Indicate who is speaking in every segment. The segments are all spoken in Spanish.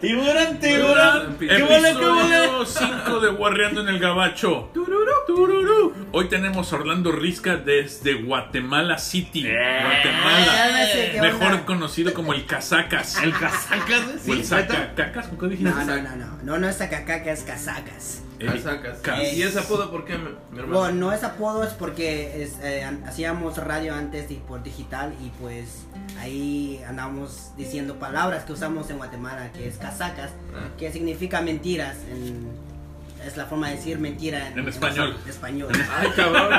Speaker 1: Tiburón, tiburón. ¿Qué huele, qué huele?
Speaker 2: Episodio 5 de Guarreando en el Gabacho. Tururú, tururú. Hoy tenemos a Orlando Risca desde Guatemala City.
Speaker 1: Eh.
Speaker 2: Guatemala.
Speaker 3: Ya sé qué
Speaker 2: Mejor
Speaker 3: onda.
Speaker 2: conocido como el Casacas.
Speaker 1: El casacas,
Speaker 2: O el
Speaker 1: sí.
Speaker 2: saca- ¿Cacas? ¿Cómo dijiste?
Speaker 3: No, no, no, no. No, no es Zacacacas, es casacas.
Speaker 2: El
Speaker 4: Casacas.
Speaker 2: ca-
Speaker 3: Eh.
Speaker 4: ¿Y ese apodo por qué, mi, mi hermano?
Speaker 3: Bueno, no es apodo, es porque es, eh, an- hacíamos radio antes y por digital y pues ahí andamos diciendo palabras que usamos en Guatemala, que es casacas,
Speaker 4: Ah.
Speaker 3: que significa mentiras. en- es la forma de decir mentira en,
Speaker 2: En español.
Speaker 3: En español.
Speaker 4: Ay, cabrón.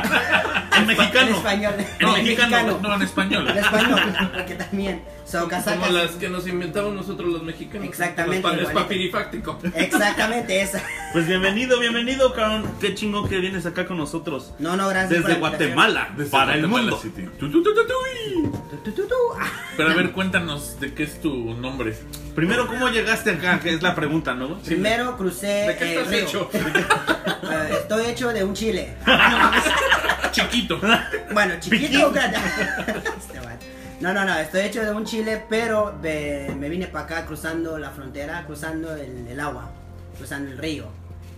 Speaker 2: En
Speaker 3: En
Speaker 2: mexicano.
Speaker 3: español.
Speaker 2: En mexicano. No, en español.
Speaker 3: En español, porque también son
Speaker 4: Como
Speaker 3: casacas.
Speaker 4: las que nos inventamos nosotros los mexicanos.
Speaker 3: Exactamente,
Speaker 4: Los pa- es
Speaker 3: igualito.
Speaker 4: papirifáctico.
Speaker 3: Exactamente esa.
Speaker 1: Pues bienvenido, bienvenido, cabrón. Qué chingón que vienes acá con nosotros.
Speaker 3: No, no, gracias. por
Speaker 1: Desde
Speaker 3: la invitación.
Speaker 1: Guatemala,
Speaker 2: Desde
Speaker 1: para el
Speaker 2: Guatemala
Speaker 1: mundo.
Speaker 2: City. Tu, tu, tu, tu, tu.
Speaker 3: Tu, tu, tu, tu. Ah,
Speaker 2: Pero a ver, cuéntanos de qué es tu nombre.
Speaker 1: Primero, ¿cómo llegaste acá? Que es la pregunta, ¿no?
Speaker 3: Primero crucé
Speaker 4: ¿De qué
Speaker 3: el
Speaker 4: estás
Speaker 3: río.
Speaker 4: hecho?
Speaker 3: Eh, estoy hecho de un chile.
Speaker 2: Chiquito.
Speaker 3: Bueno,
Speaker 1: Piquín.
Speaker 3: chiquito o grande. Este vato. No, no, no, estoy hecho de un chile, pero ve- me vine para acá cruzando la frontera, cruzando el, el agua, cruzando el río.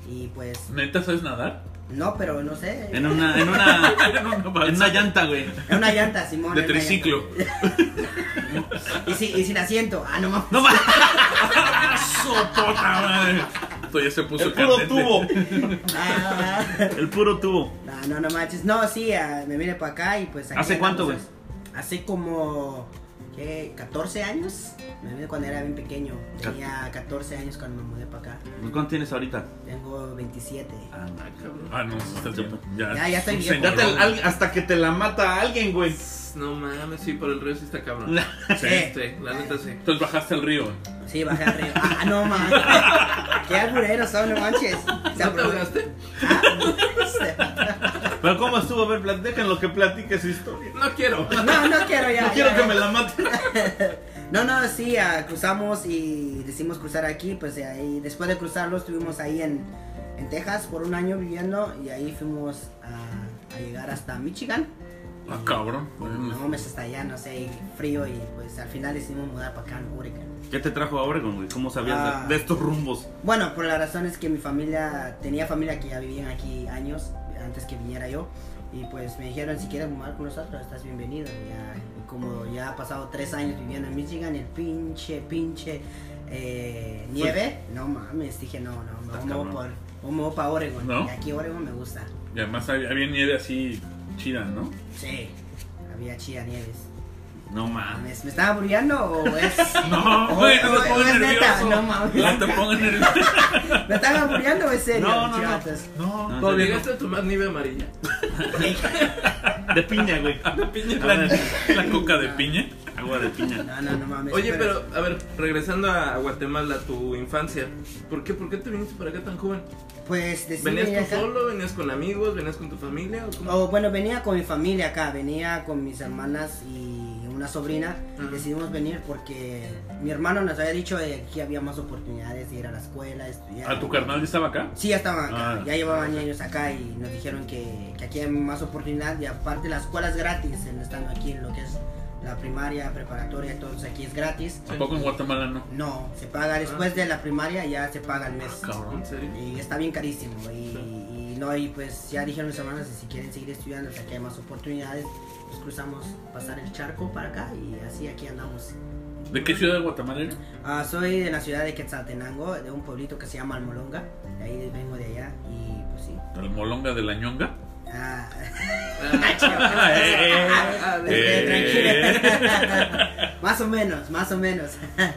Speaker 3: Y pues,
Speaker 2: ¿Neta sabes nadar?
Speaker 3: no, pero no sé.
Speaker 1: En una, en una,
Speaker 2: Era una
Speaker 1: en
Speaker 2: balsa
Speaker 1: una llanta, güey.
Speaker 3: Es una llanta, Simón.
Speaker 2: De
Speaker 3: es una llanta.
Speaker 2: triciclo.
Speaker 3: Y, si, y sin asiento. Ah, no mames.
Speaker 1: No más.
Speaker 2: ¡Su puta madre! Esto ya se puso
Speaker 1: El puro
Speaker 2: candente.
Speaker 1: tubo.
Speaker 3: Ah,
Speaker 1: El puro tubo.
Speaker 3: no, no, no manches. No, sí, ah, me vine para acá y pues. aquí
Speaker 1: ¿Hace cuánto,
Speaker 3: andamos. pues, Hace como. ¿Qué? ¿14 años? Me vine cuando era bien pequeño. Tenía 14 años cuando me mudé para acá.
Speaker 1: Pues, ¿Cuánto tienes ahorita?
Speaker 3: Tengo 27.
Speaker 1: Anda, cabrón.
Speaker 2: Ah, no, sí estás bien. Ya,
Speaker 3: Ya, ya estoy
Speaker 2: un
Speaker 3: bien.
Speaker 1: Ya
Speaker 2: señor.
Speaker 1: te- al- hasta que te la mata alguien, güey.
Speaker 4: No mames, sí, por el río sí está cabrón.
Speaker 3: Eh,
Speaker 4: Sí, la neta sí.
Speaker 2: Entonces bajaste al río.
Speaker 3: Sí, bajé arriba. Ah, no manches. Qué albureros son, no manches. Se
Speaker 4: ¿No te
Speaker 3: aprobó.
Speaker 4: ahogaste?
Speaker 3: Ah, este-
Speaker 1: Pero ¿cómo estuvo? A ver, plat- déjenlo que platique su historia.
Speaker 4: No quiero.
Speaker 3: No, no quiero ya.
Speaker 1: No quiero
Speaker 3: ya.
Speaker 1: que me la maten.
Speaker 3: No, no, sí, ah, cruzamos y decidimos cruzar aquí, pues y ahí, después de cruzarlo estuvimos ahí en, en Texas por un año viviendo y ahí fuimos a, a llegar hasta Michigan.
Speaker 2: Ah, cabrón.
Speaker 3: No me hasta allá, no sé, y frío y pues al final decidimos mudar para acá en Oregon.
Speaker 1: ¿Qué te trajo a Oregon, güey? ¿Cómo sabías
Speaker 3: Ah.
Speaker 1: de, de estos rumbos?
Speaker 3: Bueno, por la razón es que mi familia, tenía familia que ya vivían aquí años antes que viniera yo y pues me dijeron si quieres mudar con nosotros estás bienvenido. Ya, y como ya ha pasado tres años viviendo en Michigan, el pinche, pinche eh, nieve, no mames, dije no, no, me voy a mover
Speaker 1: cabrón.
Speaker 3: por- me voy para Oregon.
Speaker 2: ¿No?
Speaker 3: Y aquí Oregon me gusta.
Speaker 2: Y además había había nieve así chida, ¿no?
Speaker 3: Sí, había chía nieves.
Speaker 1: No mames.
Speaker 3: ¿Me, me estaba burlando o es...
Speaker 2: Ah. No, güey, no te
Speaker 3: Oh,
Speaker 2: pongas
Speaker 3: es neta,
Speaker 2: nervioso.
Speaker 3: no mames.
Speaker 2: No te pongas nervioso.
Speaker 3: ¿Me están aburriendo o es serio?
Speaker 1: No, no, no.
Speaker 3: chivatos?
Speaker 2: No,
Speaker 1: No,
Speaker 2: todavía no.
Speaker 4: ¿Llegaste a tomar nieve amarilla?
Speaker 1: De piña, güey.
Speaker 4: La piña.
Speaker 2: La, la coca de piña.
Speaker 1: Agua de piña.
Speaker 3: No, no, no mames.
Speaker 4: Oye, pero, a ver, regresando a Guatemala, tu infancia, ¿por qué, por qué te viniste para acá tan joven?
Speaker 3: Pues decidí
Speaker 4: ¿Venías
Speaker 3: venir
Speaker 4: tú
Speaker 3: acá.
Speaker 4: solo? ¿Venías con amigos? ¿Venías con tu familia? ¿O cómo?
Speaker 3: Oh, bueno, venía con mi familia acá, venía con mis hermanas y una sobrina.
Speaker 4: Ajá.
Speaker 3: Decidimos venir porque mi hermano nos había dicho de que aquí había más oportunidades de ir a la escuela, estudiar.
Speaker 2: ¿A Ah, tu carnal ya estaba acá?
Speaker 3: Sí, ya estaban acá,
Speaker 2: Ah.
Speaker 3: ya llevaban años acá y nos dijeron que, que aquí hay más oportunidad y aparte la escuela es gratis, en- estando aquí en lo que es la primaria, preparatoria, todo eso aquí es gratis.
Speaker 2: ¿A poco en Guatemala no?
Speaker 3: No, se
Speaker 4: Ah.
Speaker 3: paga después de la primaria, ya se paga el mes.
Speaker 2: Cabrón.
Speaker 4: ¿En serio?
Speaker 3: Y está bien carísimo. Y, y no, y pues ya dijeron mis hermanas que si quieren seguir estudiando, o sea que hay más oportunidades, pues cruzamos pasar el charco para acá y así aquí andamos.
Speaker 2: ¿De qué ciudad de Guatemala eres?
Speaker 3: Ah, soy de la ciudad de Quetzaltenango, de un pueblito que se llama Almolonga. De ahí vengo de allá y pues sí.
Speaker 2: ¿Del Molonga de la Ñonga?
Speaker 3: Ah,
Speaker 2: Ah, eh, eh.
Speaker 4: Ah,
Speaker 3: este,
Speaker 2: Eh.
Speaker 3: tranquilo. más o menos, más o menos.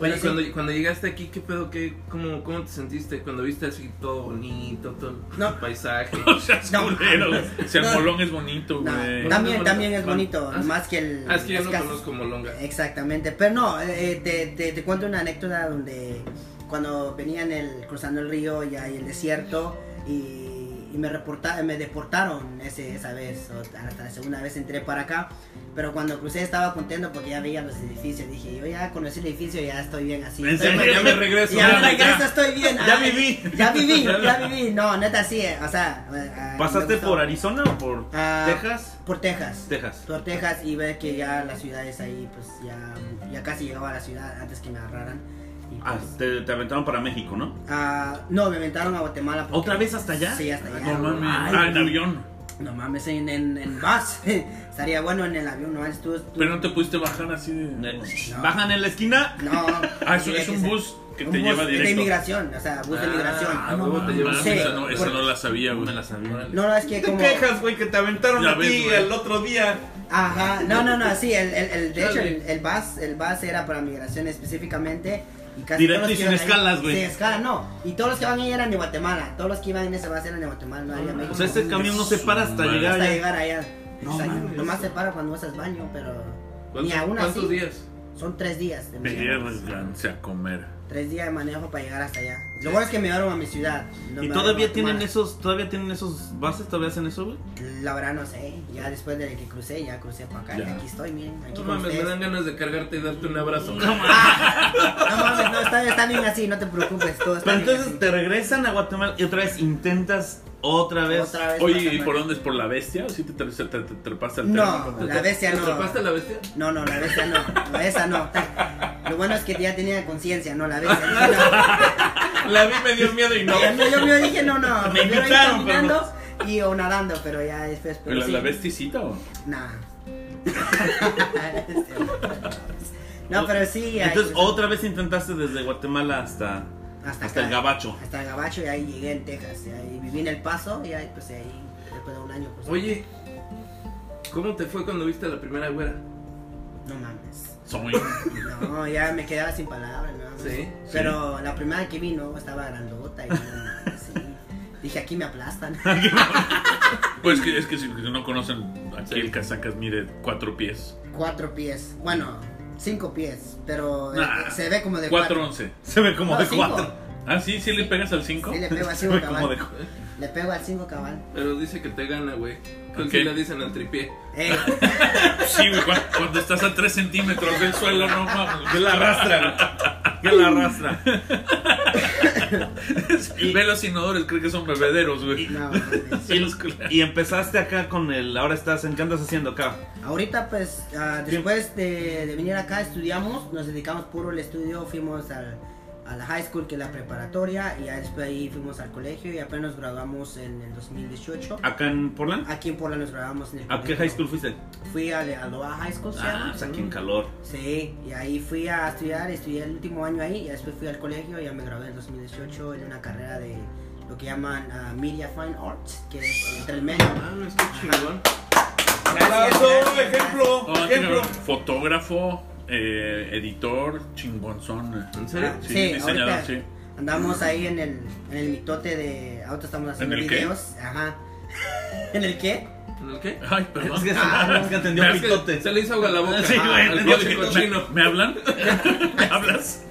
Speaker 3: Bueno,
Speaker 4: Oye,
Speaker 3: sí.
Speaker 4: cuando, cuando llegaste aquí, ¿qué pedo? ¿Qué, cómo, ¿Cómo te sentiste cuando viste así todo bonito, todo
Speaker 3: No.
Speaker 4: el paisaje?
Speaker 2: No seas
Speaker 3: No,
Speaker 2: culero.
Speaker 3: mames.
Speaker 2: Si el
Speaker 3: No.
Speaker 2: Molonga es bonito,
Speaker 3: No,
Speaker 2: güey.
Speaker 3: también,
Speaker 4: Bueno,
Speaker 3: también es bonito,
Speaker 4: bueno.
Speaker 3: más que el...
Speaker 4: Ah, es que yo
Speaker 3: es
Speaker 4: no
Speaker 3: casi-
Speaker 4: conozco Molonga.
Speaker 3: Exactamente, pero no, eh, te, te- te cuento una anécdota donde cuando venían el, cruzando el río y ahí el desierto y y me, reporta, me deportaron ese, esa vez, o hasta la segunda vez entré para acá, pero cuando crucé estaba contento porque ya veía los edificios, dije, yo ya conocí el edificio, ya estoy bien así.
Speaker 2: En
Speaker 4: Ya
Speaker 2: serio,
Speaker 4: me, ya me regreso.
Speaker 3: Ya
Speaker 2: Ya,
Speaker 3: me regreso,
Speaker 2: ya.
Speaker 3: estoy bien.
Speaker 2: Ya
Speaker 3: Ay,
Speaker 2: viví.
Speaker 3: Ya viví, ya viví. No, neta, sí. eh, O sea, eh, ah, me
Speaker 1: ¿Pasaste
Speaker 3: gustó.
Speaker 1: por Arizona o por
Speaker 3: Ah,
Speaker 1: Texas?
Speaker 3: Por Texas.
Speaker 4: Texas.
Speaker 3: Por Texas y ver que ya las ciudades ahí, pues ya, ya casi llegaba a la ciudad antes que me agarraran. Y,
Speaker 1: Ah,
Speaker 3: pues,
Speaker 1: te, te aventaron para México, ¿no?
Speaker 3: ah, no, me aventaron a Guatemala. porque-
Speaker 1: ¿Otra vez hasta allá?
Speaker 3: Sí, hasta allá.
Speaker 2: No mames.
Speaker 1: Ay,
Speaker 2: Ah, en avión.
Speaker 3: No mames, en, en, en bus. Estaría bueno en el avión, ¿no? Tú, tú-
Speaker 2: Pero no te pudiste bajar así de.
Speaker 1: Eh, Bajan en la esquina.
Speaker 3: No.
Speaker 2: Ah, eso
Speaker 3: tendría
Speaker 2: es
Speaker 3: que
Speaker 2: un
Speaker 3: ser-
Speaker 2: bus que
Speaker 3: un
Speaker 2: te
Speaker 3: bus
Speaker 2: lleva
Speaker 3: De
Speaker 2: directo.
Speaker 3: inmigración, o sea, bus de inmigración.
Speaker 4: Ah, huevo, te llevo.
Speaker 2: Mames,
Speaker 3: Sí,
Speaker 2: esa, no, esa
Speaker 3: porque-
Speaker 2: no la sabía, güey.
Speaker 4: Me la sabía.
Speaker 2: Órale.
Speaker 3: No, no, es que
Speaker 1: Te
Speaker 3: como.
Speaker 1: quejas, güey, que te aventaron
Speaker 2: Ya
Speaker 1: a
Speaker 2: ves,
Speaker 1: ti
Speaker 2: güey.
Speaker 1: el otro día.
Speaker 3: Ajá, no, no, no, sí, el, el, el- de hecho,
Speaker 4: Dale.
Speaker 3: el, el bus, el bus era para migración específicamente. Y casi
Speaker 1: Directo
Speaker 3: todos los
Speaker 1: y
Speaker 3: que
Speaker 1: sin
Speaker 3: iban ahí-
Speaker 1: escalas, güey.
Speaker 3: Sin escala, no. Y todos los que van ahí eran de Guatemala. Todos los que iban en ese bus eran de Guatemala, no había México.
Speaker 1: O sea, este camión no se para hasta
Speaker 2: Hasta
Speaker 1: llegar
Speaker 3: Hasta
Speaker 1: allá.
Speaker 3: llegar allá.
Speaker 1: No
Speaker 3: Exacto.
Speaker 1: mames.
Speaker 3: Nomás se para cuando vas al baño, pero. Ni
Speaker 4: ¿Cuántos,
Speaker 3: aún así.
Speaker 4: cuántos días?
Speaker 3: Son tres días.
Speaker 2: Te
Speaker 3: de manejo.
Speaker 2: llevas ganse a comer.
Speaker 3: Tres días de manejo para llegar hasta allá. Lo bueno es que me llevaron a mi ciudad. no
Speaker 1: ¿Y todavía
Speaker 3: me llevaron a
Speaker 1: tienen
Speaker 3: Guatemala.
Speaker 1: esos, todavía tienen esos bases? ¿Todavía hacen eso, güey?
Speaker 3: La verdad no sé. Ya después de que crucé, ya crucé para acá.
Speaker 2: Ya.
Speaker 3: Y aquí estoy, miren. Aquí
Speaker 4: No
Speaker 3: con
Speaker 4: mames, me
Speaker 3: ustedes.
Speaker 4: dan ganas de cargarte y darte un abrazo.
Speaker 3: No mames, no, está, está bien así, no te preocupes, todo está
Speaker 1: Pero
Speaker 3: bien
Speaker 1: entonces te regresan a Guatemala y otra vez intentas otra
Speaker 3: así.
Speaker 1: vez.
Speaker 3: Otra vez
Speaker 2: Oye,
Speaker 3: pasa
Speaker 2: ¿y por
Speaker 3: mal.
Speaker 2: dónde es? ¿Por la bestia? ¿O si te, te, te- te trepaste al
Speaker 3: No,
Speaker 2: tren?
Speaker 3: la bestia
Speaker 4: ¿Te
Speaker 3: no.
Speaker 4: atrapaste la bestia?
Speaker 3: No, no, la bestia no, la bestia no. Ta- Lo bueno es que ya tenía conciencia, no, la bestia. dije,
Speaker 4: La vi, me dio miedo y no.
Speaker 3: No. Ya me- Yo, yo dije, no, no,
Speaker 1: Me
Speaker 3: prefiero ir
Speaker 1: invitaron, pero
Speaker 3: caminando y o nadando, pero ya después. Pero
Speaker 2: ¿La,
Speaker 3: sí,
Speaker 2: la besticita o?
Speaker 3: Nah. no, pero sí. ahí,
Speaker 1: Entonces
Speaker 3: pues,
Speaker 1: otra vez intentaste desde Guatemala hasta, hasta,
Speaker 3: acá,
Speaker 1: el Gabacho.
Speaker 3: Hasta el Gabacho y ahí llegué en Texas. Y ahí viví en El Paso y ahí, pues ahí, después de un año. Pues,
Speaker 4: Oye, ¿cómo te fue cuando viste a la primera güera?
Speaker 3: No mames.
Speaker 2: Soy.
Speaker 3: No, ya me quedaba sin palabras, ¿no?
Speaker 4: Sí,
Speaker 3: Pero la primera que vi, no, estaba grandota y sí. Dije, aquí me aplastan.
Speaker 2: Pues que, es que si no conocen, aquí el casacas mide cuatro pies.
Speaker 3: Cuatro pies. Bueno, cinco pies, pero eh,
Speaker 1: Ah,
Speaker 2: Nah,
Speaker 3: se ve como de
Speaker 2: Cuatro
Speaker 3: cuatro.
Speaker 2: once.
Speaker 1: Se ve como
Speaker 3: No,
Speaker 1: de
Speaker 3: cinco.
Speaker 1: cuatro.
Speaker 2: Ah, sí, sí le pegas al cinco.
Speaker 3: Sí, le pego al
Speaker 1: Se
Speaker 3: cinco
Speaker 1: ve como de
Speaker 3: cabal.
Speaker 1: cuatro.
Speaker 3: Le pego al cinco cabal.
Speaker 4: Pero dice que te gana, güey. Creo
Speaker 2: Ok.
Speaker 4: que sí la dicen al tripié.
Speaker 3: Ey,
Speaker 2: Sí, güey, cuando, cuando estás a tres centímetros del suelo, no mames.
Speaker 1: Que la arrastra, güey. Que la arrastra.
Speaker 2: Y ve los inodores, creo que son bebederos, güey.
Speaker 3: no, mames.
Speaker 2: Sí, los cul-
Speaker 1: Y empezaste acá con el. Ahora estás en. ¿Qué andas haciendo acá?
Speaker 3: Ahorita pues ah, después de, de venir acá estudiamos, nos dedicamos puro al estudio, fuimos al, a la high school que es la preparatoria y ya después ahí fuimos al colegio y apenas nos graduamos en el 2018.
Speaker 1: ¿Acá en Portland?
Speaker 3: Aquí en Portland nos graduamos en el
Speaker 1: Ah. ¿A qué
Speaker 3: colegio.
Speaker 1: high school fuiste?
Speaker 3: Fui a la Aloha High School, ¿se
Speaker 1: Ah,
Speaker 3: llama?
Speaker 1: pues aquí en calor.
Speaker 3: Sí, y ahí fui a estudiar, estudié el último año ahí y después fui al colegio, ya me gradué en 2018 en una carrera de lo que llaman ah, Media Fine Arts, que es entre el medio. Ah,
Speaker 4: Ah, no, es que chingón.
Speaker 1: Ah,
Speaker 3: Gracias, gracias,
Speaker 2: Oh, tiene- fotógrafo, eh, editor, chingonzón. eh.
Speaker 4: ¿En serio?
Speaker 3: Ah,
Speaker 2: Sí,
Speaker 3: sí,
Speaker 2: diseñador,
Speaker 3: ahorita
Speaker 2: sí.
Speaker 3: Andamos ahí en el, en el mitote de. Ahorita estamos haciendo
Speaker 2: ¿En el qué?
Speaker 3: videos. Ajá. ¿En el qué?
Speaker 4: ¿En el qué?
Speaker 2: Ay, perdón.
Speaker 1: Es que,
Speaker 3: Ah,
Speaker 1: es que atendió
Speaker 4: Es que
Speaker 1: pitote.
Speaker 4: se le hizo agua a la boca.
Speaker 1: Sí, güey,
Speaker 4: al
Speaker 1: entendió
Speaker 4: Ah, coche
Speaker 1: pitote.
Speaker 4: cochino.
Speaker 2: ¿Me hablan? ¿Me hablas?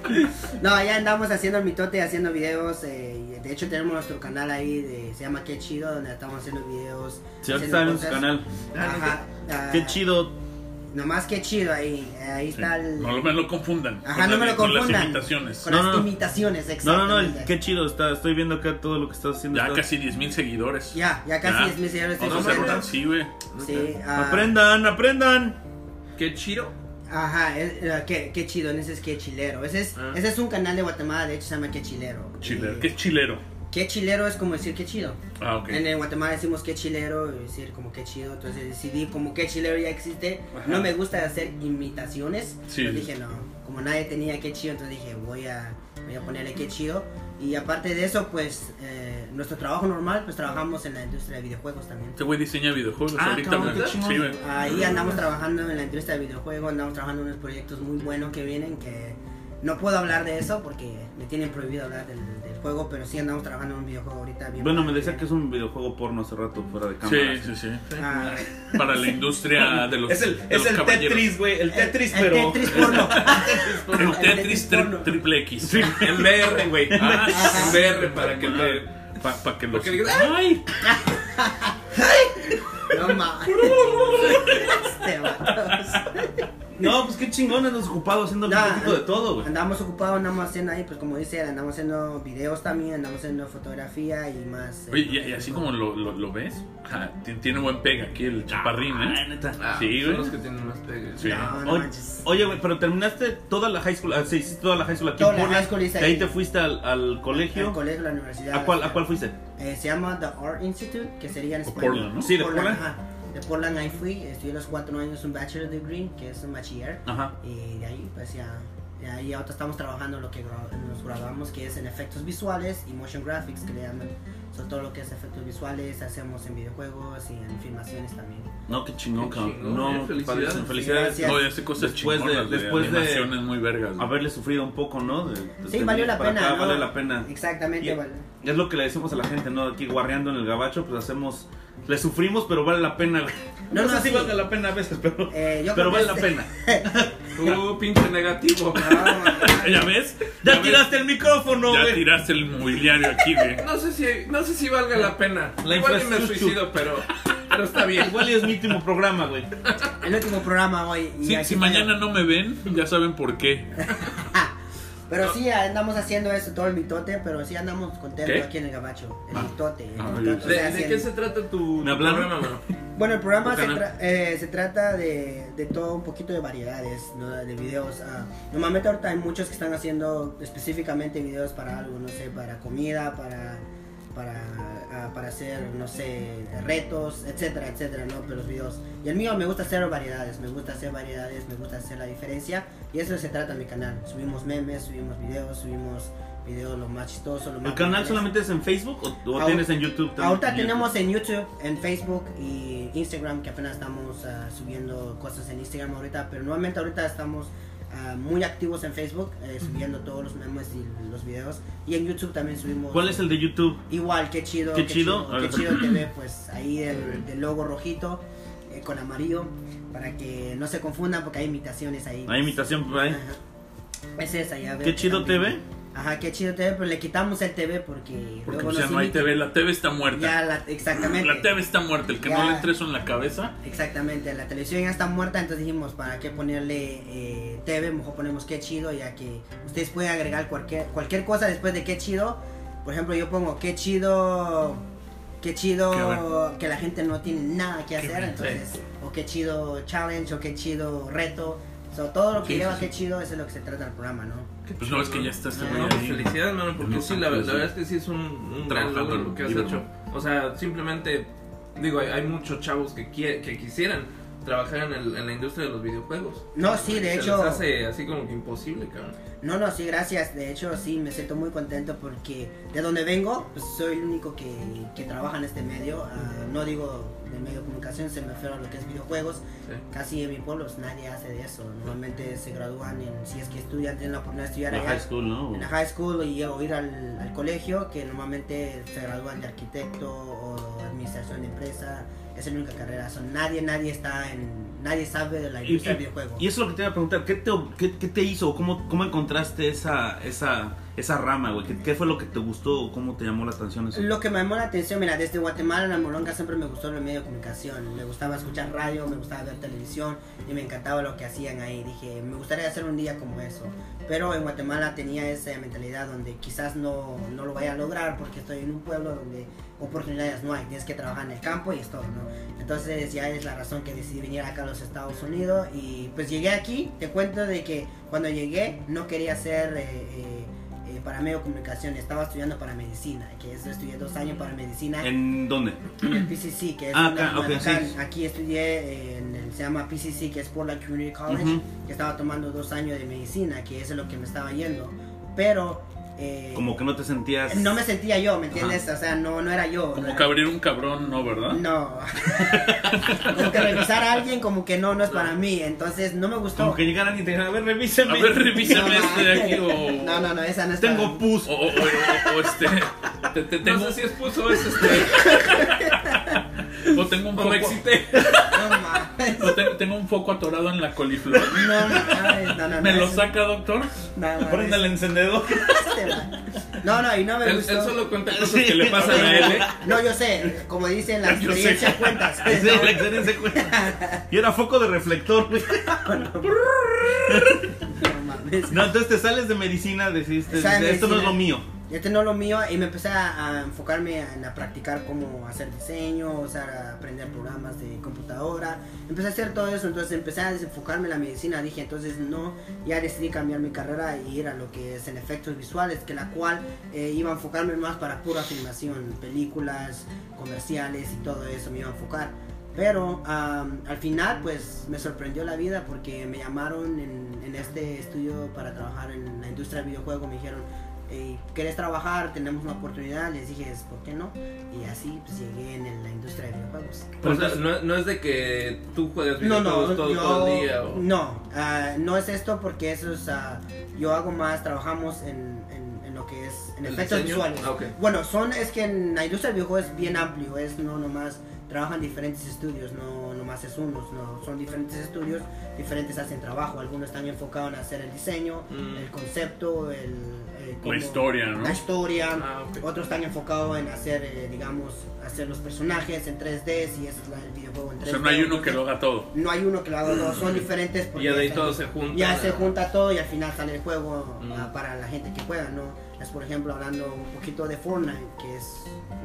Speaker 3: No, allá andamos haciendo el mitote, haciendo videos. eh, y de hecho, tenemos nuestro canal ahí, de, se llama Qué Chido, donde estamos haciendo videos.
Speaker 1: Sí, ahorita
Speaker 3: haciendo
Speaker 1: está en su
Speaker 3: cosas.
Speaker 1: canal.
Speaker 3: Ajá. ah,
Speaker 1: Qué chido.
Speaker 3: Nomás qué chido ahí. Ahí está el.
Speaker 2: No lo- me lo confundan.
Speaker 3: Ajá,
Speaker 2: con
Speaker 3: no
Speaker 2: la-
Speaker 3: me lo
Speaker 2: con
Speaker 3: confundan.
Speaker 2: las imitaciones.
Speaker 3: Con
Speaker 1: No,
Speaker 3: las
Speaker 1: no, no.
Speaker 3: imitaciones,
Speaker 1: No, no, no, el-
Speaker 3: exactamente.
Speaker 1: qué chido está. Estoy viendo acá todo lo que estás haciendo.
Speaker 2: Ya
Speaker 1: Está-
Speaker 2: casi 10 mil seguidores.
Speaker 3: Ya, ya casi
Speaker 2: Ya.
Speaker 3: 10 mil seguidores.
Speaker 2: Vamos a
Speaker 4: No,
Speaker 2: hacer
Speaker 4: no,
Speaker 2: una-
Speaker 4: no.
Speaker 2: Sí, güey.
Speaker 3: Sí, ah,
Speaker 1: Aprendan, aprendan.
Speaker 4: Qué chido.
Speaker 3: Ajá, es- eh, qué, qué chido, ese es qué chilero. Ese es,
Speaker 4: Ah.
Speaker 3: ese es un canal de Guatemala, de hecho se llama qué chilero.
Speaker 2: Chilero.
Speaker 3: Y
Speaker 2: ¿Qué es chilero?
Speaker 3: Qué chilero es como decir qué chido.
Speaker 2: Ah, ok.
Speaker 3: En el Guatemala decimos qué chilero, y decir como qué chido. Entonces decidí como qué chilero ya existe. No me gusta hacer imitaciones.
Speaker 2: Sí.
Speaker 3: Entonces dije, no, como nadie tenía qué chido, entonces dije, voy a, voy a ponerle qué chido. Y aparte de eso, pues eh, nuestro trabajo normal, pues trabajamos en la industria de videojuegos también.
Speaker 2: Este güey diseña videojuegos
Speaker 1: Ah,
Speaker 2: ahorita.
Speaker 1: cabrón,
Speaker 2: güey.
Speaker 1: qué chingón.
Speaker 2: Sí, güey.
Speaker 3: Ahí andamos trabajando en la industria de videojuegos, andamos trabajando en unos proyectos muy buenos que vienen que no puedo hablar de eso porque me tienen prohibido hablar del, del juego, pero sí andamos trabajando en un videojuego ahorita. Bien
Speaker 1: Bueno, me decía que es un videojuego porno hace rato fuera de cámara.
Speaker 2: Sí, sí, sí.
Speaker 3: Ah,
Speaker 2: Para la industria de los,
Speaker 1: Es el,
Speaker 2: de
Speaker 1: es
Speaker 2: los
Speaker 1: el
Speaker 2: caballeros.
Speaker 1: Tetris, güey. El Tetris,
Speaker 3: el
Speaker 1: pero.
Speaker 3: Tetris porno.
Speaker 2: El
Speaker 3: El
Speaker 2: Tetris
Speaker 3: Tetris porno.
Speaker 2: tri- triple X.
Speaker 4: En VR, güey.
Speaker 2: Ah,
Speaker 4: En VR, para que te
Speaker 2: Para que los.
Speaker 4: Porque digas,
Speaker 2: ¡Ay!
Speaker 3: No mames. Este vato.
Speaker 1: No, pues qué chingón andas ocupado haciendo un
Speaker 3: Nah,
Speaker 1: poquito de todo, güey.
Speaker 3: Andamos ocupados, andamos haciendo ahí, pues como dice, él, andamos haciendo videos también, andamos haciendo fotografía y más. eh,
Speaker 2: Oye, y, y así como lo, lo, lo ves, ajá, ti- tiene buen pega aquí el chaparrín,
Speaker 1: Ah,
Speaker 2: ¿eh?
Speaker 1: neta.
Speaker 4: Ah,
Speaker 2: Sí,
Speaker 4: son
Speaker 2: güey.
Speaker 4: los que tienen más pegue.
Speaker 2: Sí.
Speaker 3: No, no
Speaker 1: Oye-
Speaker 3: manches.
Speaker 1: Oye, güey, pero terminaste toda la high school, ah, sí, hiciste toda la high school aquí
Speaker 3: Toda
Speaker 1: en
Speaker 3: la high
Speaker 1: Portland,
Speaker 3: school hice
Speaker 1: de ahí
Speaker 3: ahí.
Speaker 1: te fuiste al, al
Speaker 3: Al
Speaker 1: colegio.
Speaker 3: colegio, la universidad.
Speaker 1: ¿A cuál, ¿A cuál fuiste?
Speaker 3: Eh, se llama The Art Institute, que sería en
Speaker 2: O
Speaker 3: español.
Speaker 2: Portland, ¿no?
Speaker 1: Sí, de
Speaker 3: ajá. De Portland ahí fui, estudié los cuatro años un Bachelor Degree, que es un bachiller.
Speaker 1: Ajá.
Speaker 3: Y de ahí, pues ya, de ahí ahorita estamos trabajando en lo que gra- nos graduamos, que es en efectos visuales y motion graphics, que le llaman. Son todo lo que es efectos visuales, hacemos en videojuegos y en filmaciones también.
Speaker 1: No, qué chingón,
Speaker 4: Qué
Speaker 1: cabrón.
Speaker 4: chingón,
Speaker 1: No,
Speaker 4: eh, felicidades.
Speaker 1: padrísimo, felicidades.
Speaker 3: Gracias.
Speaker 2: Oye, hace cosas
Speaker 1: Después de-
Speaker 2: chingonas, de,
Speaker 1: después de-
Speaker 2: animaciones muy vergas. güey.
Speaker 1: Haberle sufrido un poco, ¿no? De- de-
Speaker 3: Sí,
Speaker 1: de
Speaker 3: valió
Speaker 1: venir
Speaker 3: la
Speaker 1: para
Speaker 3: pena.
Speaker 1: acá,
Speaker 3: ¿no?
Speaker 1: Vale la pena.
Speaker 3: Exactamente,
Speaker 1: Y-
Speaker 3: vale.
Speaker 1: Es lo que le decimos a la gente, ¿no? Aquí guarreando en el gabacho, pues hacemos. Le sufrimos, pero vale la pena, güey.
Speaker 3: No,
Speaker 1: No,
Speaker 3: no,
Speaker 1: sé si
Speaker 3: sí.
Speaker 1: vale la pena a veces, pero.
Speaker 3: Eh, yo
Speaker 1: pero
Speaker 3: creo
Speaker 1: vale
Speaker 3: que
Speaker 1: la
Speaker 3: este-
Speaker 1: pena.
Speaker 4: Tú, pinche negativo.
Speaker 2: ¿Ya ves?
Speaker 1: ¡Ya
Speaker 2: ves?
Speaker 1: tiraste el micrófono,
Speaker 2: Ya
Speaker 1: güey!
Speaker 2: tiraste el mobiliario aquí, güey.
Speaker 4: No sé si, no sé si valga la pena.
Speaker 1: La
Speaker 4: Igual y me
Speaker 1: infraestructura.
Speaker 4: suicido, pero, pero está bien.
Speaker 1: Igual y es mi último programa, güey.
Speaker 3: El último programa hoy. y
Speaker 2: Si,
Speaker 3: aquí
Speaker 2: si
Speaker 3: está-
Speaker 2: mañana no me ven, ya saben por qué.
Speaker 3: Pero sí, andamos haciendo eso, todo el mitote, pero sí andamos contentos
Speaker 2: ¿Qué?
Speaker 3: aquí en el gabacho. El
Speaker 2: Ah.
Speaker 3: mitote. el
Speaker 2: Ah,
Speaker 3: mitote,
Speaker 2: ya.
Speaker 3: o sea,
Speaker 4: ¿De, de
Speaker 3: haciendo-
Speaker 4: qué se trata tu,
Speaker 1: ¿Me
Speaker 4: tu
Speaker 1: hablaron?
Speaker 4: programa, mano?
Speaker 3: Bueno, el programa
Speaker 4: tu
Speaker 3: se,
Speaker 4: canal?
Speaker 3: tra- eh, se trata de, de todo un poquito de variedades, ¿no? de videos. ah, normalmente ahorita hay muchos que están haciendo específicamente videos para algo, no sé, para comida, para para, ah, para hacer, no sé, retos, etcétera, etcétera, ¿no? Pero los videos. Y el mío me gusta hacer variedades, me gusta hacer variedades, me gusta hacer la diferencia. Y eso se trata mi canal. Subimos memes, subimos videos, subimos videos lo más chistoso, lo más...
Speaker 1: ¿El canal
Speaker 3: originales.
Speaker 1: solamente es en Facebook o, o
Speaker 3: Ahor-
Speaker 1: tienes en YouTube también?
Speaker 3: Ahorita
Speaker 1: En YouTube.
Speaker 3: tenemos en YouTube, en Facebook y Instagram, que apenas estamos ah, subiendo cosas en Instagram ahorita, pero nuevamente ahorita estamos ah, muy activos en Facebook, eh, subiendo todos los memes y los videos. Y en YouTube también subimos.
Speaker 1: ¿Cuál es el de YouTube?
Speaker 3: Igual, qué chido.
Speaker 1: Qué chido. A
Speaker 3: Qué
Speaker 1: ver.
Speaker 3: chido TV, pues ahí el, del logo rojito eh, con amarillo, para que no se confundan, porque hay imitaciones ahí.
Speaker 1: La imitación por ahí.
Speaker 3: Ajá. Es esa, ya ves,
Speaker 1: ¿Qué chido
Speaker 3: también.
Speaker 1: TV?
Speaker 3: Ajá, qué chido TV, pero le quitamos el TV porque.
Speaker 2: Porque
Speaker 3: luego
Speaker 2: pues, ya
Speaker 3: nos
Speaker 2: no hay
Speaker 3: imitan.
Speaker 2: TV, la TV está
Speaker 3: Ya,
Speaker 2: muerta.
Speaker 3: la, exactamente.
Speaker 2: La TV está muerta, el que
Speaker 3: Ya.
Speaker 2: no le entre eso en la cabeza.
Speaker 3: Exactamente, la televisión ya está muerta, entonces dijimos, ¿para qué ponerle eh, TV? Mejor ponemos qué chido, ya que ustedes pueden agregar cualquier, cualquier cosa después de qué chido. Por ejemplo, yo pongo qué chido, qué
Speaker 2: Qué
Speaker 3: chido
Speaker 2: bueno.
Speaker 3: que la gente no tiene nada que hacer,
Speaker 2: bueno,
Speaker 3: entonces, o qué chido challenge, o qué chido reto. So, todo lo que
Speaker 2: Sí, sí,
Speaker 3: lleva
Speaker 2: sí.
Speaker 3: qué chido, eso es lo que se trata el programa, ¿no?
Speaker 2: Pues no, es que ya estás
Speaker 3: Ah,
Speaker 2: también
Speaker 4: No, pues,
Speaker 2: ahí.
Speaker 4: felicidades, mano, porque
Speaker 2: No,
Speaker 4: sí, la, la
Speaker 2: pues, sí.
Speaker 4: verdad es que sí es un, un gran
Speaker 2: Trabajando
Speaker 4: logro lo que has
Speaker 2: duro.
Speaker 4: hecho. O sea, simplemente, digo, hay, hay muchos chavos que, quie- que quisieran trabajar en, el- en la industria de los videojuegos.
Speaker 3: No, sí, de
Speaker 4: Se
Speaker 3: hecho...
Speaker 4: les hace así como que imposible, cabrón.
Speaker 3: No, no, sí, gracias. De hecho, sí, me siento muy contento porque de donde vengo, pues soy el único que, que trabaja en este medio. Ah, no digo de medio de comunicación, se me refiero a lo que es videojuegos.
Speaker 4: Sí.
Speaker 3: Casi en mi pueblo pues, nadie hace de eso. Normalmente se gradúan, en, si es que estudian, tienen la oportunidad de estudiar
Speaker 1: La
Speaker 3: allá,
Speaker 1: high school, ¿no?
Speaker 3: en la high school y o ir al, al colegio, que normalmente se gradúan de arquitecto o administración de empresa. Es la única carrera. So, nadie, nadie está en, nadie sabe de la
Speaker 1: Y,
Speaker 3: industria del videojuego.
Speaker 1: y eso es lo que te iba a preguntar, ¿qué te, qué, qué te hizo? ¿Cómo, cómo encontraste esa, esa, esa rama, güey? ¿Qué, qué fue lo que te gustó o cómo te llamó la atención eso?
Speaker 3: Lo que me llamó la atención, mira, desde Guatemala en la Moronga siempre me gustó el medio de comunicación. Me gustaba escuchar radio, me gustaba ver televisión y me encantaba lo que hacían ahí. Dije, me gustaría hacer un día como eso. Pero en Guatemala tenía esa mentalidad donde quizás no, no lo vaya a lograr porque estoy en un pueblo donde oportunidades no hay. Tienes que trabajar en el campo y es todo, ¿no? Entonces ya es la razón que decidí venir acá a los Estados Unidos y pues llegué aquí. Te cuento de que cuando llegué no quería ser... eh, eh, eh, para medio de comunicación, estaba estudiando para medicina, que eso estudié dos años para medicina en,
Speaker 1: ¿En dónde?
Speaker 3: el PCC, que es
Speaker 1: Ah,
Speaker 3: una-
Speaker 1: acá, ok,
Speaker 3: acá-
Speaker 1: sí.
Speaker 3: aquí estudié eh, en el, se llama PCC, que es Portland Community College,
Speaker 1: Ujú.
Speaker 3: que estaba tomando dos años de medicina, que eso es lo que me estaba yendo, pero eh,
Speaker 1: Como que no te sentías...
Speaker 3: no me sentía yo, ¿me entiendes? O sea, no, no era yo. no
Speaker 2: Como
Speaker 3: era-
Speaker 2: que abrir un cabrón, ¿no, verdad?
Speaker 3: No, como que revisar a alguien como que no, no es para mí, entonces no me gustó.
Speaker 1: Como que llegara alguien y te dijera, a ver, revísame.
Speaker 2: A ver, revísame
Speaker 3: No,
Speaker 2: este de aquí o...
Speaker 3: No, no, no, esa no es para
Speaker 1: Tengo
Speaker 3: mí.
Speaker 1: pus.
Speaker 2: O, o- o- o- o este... te- te- tengo,
Speaker 4: No sé si es puso es este.
Speaker 2: o tengo un
Speaker 4: o me
Speaker 2: foco,
Speaker 4: excité.
Speaker 3: No, ma-
Speaker 2: o te- tengo un foco atorado en la coliflor.
Speaker 3: no, ma- no, no, no,
Speaker 2: ¿Me lo
Speaker 3: es-
Speaker 2: saca, doctor?
Speaker 3: no, no, es-
Speaker 1: Prende el encendedor.
Speaker 3: Este, ma. No, no, y no me
Speaker 4: Él,
Speaker 3: gustó.
Speaker 4: él solo cuenta cosas que le pasan a él, ¿eh?
Speaker 3: No, yo sé, como dicen, la
Speaker 2: Yo sé.
Speaker 3: experiencia cuentas.
Speaker 1: Sí, la experiencia cuenta. Y era foco de reflector, güey.
Speaker 3: No mames.
Speaker 1: No, entonces te sales de medicina, decidiste,
Speaker 3: Estaba en
Speaker 1: dices, esto no es
Speaker 3: medicina.
Speaker 1: lo mío.
Speaker 3: Este no es lo mío y me empecé a, a enfocarme en a practicar cómo hacer diseño, o sea, a aprender programas de computadora. Empecé a hacer todo eso, entonces empecé a desenfocarme en la medicina. Dije, entonces no, ya decidí cambiar mi carrera y ir a lo que es en efectos visuales, que la cual eh, iba a enfocarme más para pura filmación, películas, comerciales y todo eso me iba a enfocar. Pero am, al final, pues me sorprendió la vida porque me llamaron en, en este estudio para trabajar en la industria del videojuego. Me dijeron, eh, ¿querés trabajar? Tenemos una oportunidad. Les dije, "Es, ¿por qué no? Y así pues, llegué en, el- la industria de videojuegos.
Speaker 4: O sea, no, no es de que tú juegas
Speaker 3: No,
Speaker 4: videojuegos
Speaker 3: no,
Speaker 4: todo,
Speaker 3: yo-
Speaker 4: todo el día. O...
Speaker 3: no, ah, no es esto porque eso es, ah, yo hago más, trabajamos en, en- en lo que es, en
Speaker 4: ¿El
Speaker 3: efectos
Speaker 4: diseño?
Speaker 3: visuales.
Speaker 4: Ah, ok.
Speaker 3: Bueno, son, es que en la industria del videojuego es bien amplio, es no nomás, trabajan diferentes estudios, no nomás es uno, no, son diferentes estudios, diferentes hacen trabajo, algunos están enfocados en hacer el diseño,
Speaker 4: Mm.
Speaker 3: el concepto, el... eh, cómo-
Speaker 2: historia, ¿no?
Speaker 3: La historia,
Speaker 4: Ah, ok.
Speaker 3: otros están enfocados en hacer, eh, digamos, hacer los personajes en 3D, si es la- el videojuego en 3D.
Speaker 2: O sea, no hay uno
Speaker 3: otros
Speaker 2: que lo haga todo.
Speaker 3: no hay uno que lo haga todo, son diferentes.
Speaker 4: Y ya de ahí
Speaker 3: están-
Speaker 4: todo se junta.
Speaker 3: ya se junta todo y al final sale el juego
Speaker 4: Mm.
Speaker 3: ah, para la gente que juega, ¿no? Es por ejemplo hablando un poquito de Fortnite, que es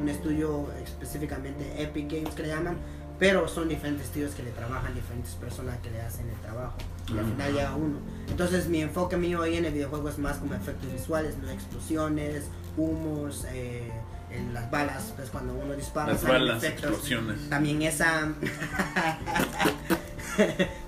Speaker 3: un estudio específicamente Epic Games que le llaman, pero son diferentes estudios que le trabajan, diferentes personas que le hacen el trabajo. Y al final llega uno. Entonces mi enfoque mío hoy en el videojuego es más como efectos visuales, no explosiones, humos, eh, en las balas, pues cuando uno dispara,
Speaker 2: Las
Speaker 3: salen
Speaker 2: balas,
Speaker 3: efectos.
Speaker 2: explosiones,
Speaker 3: También esa...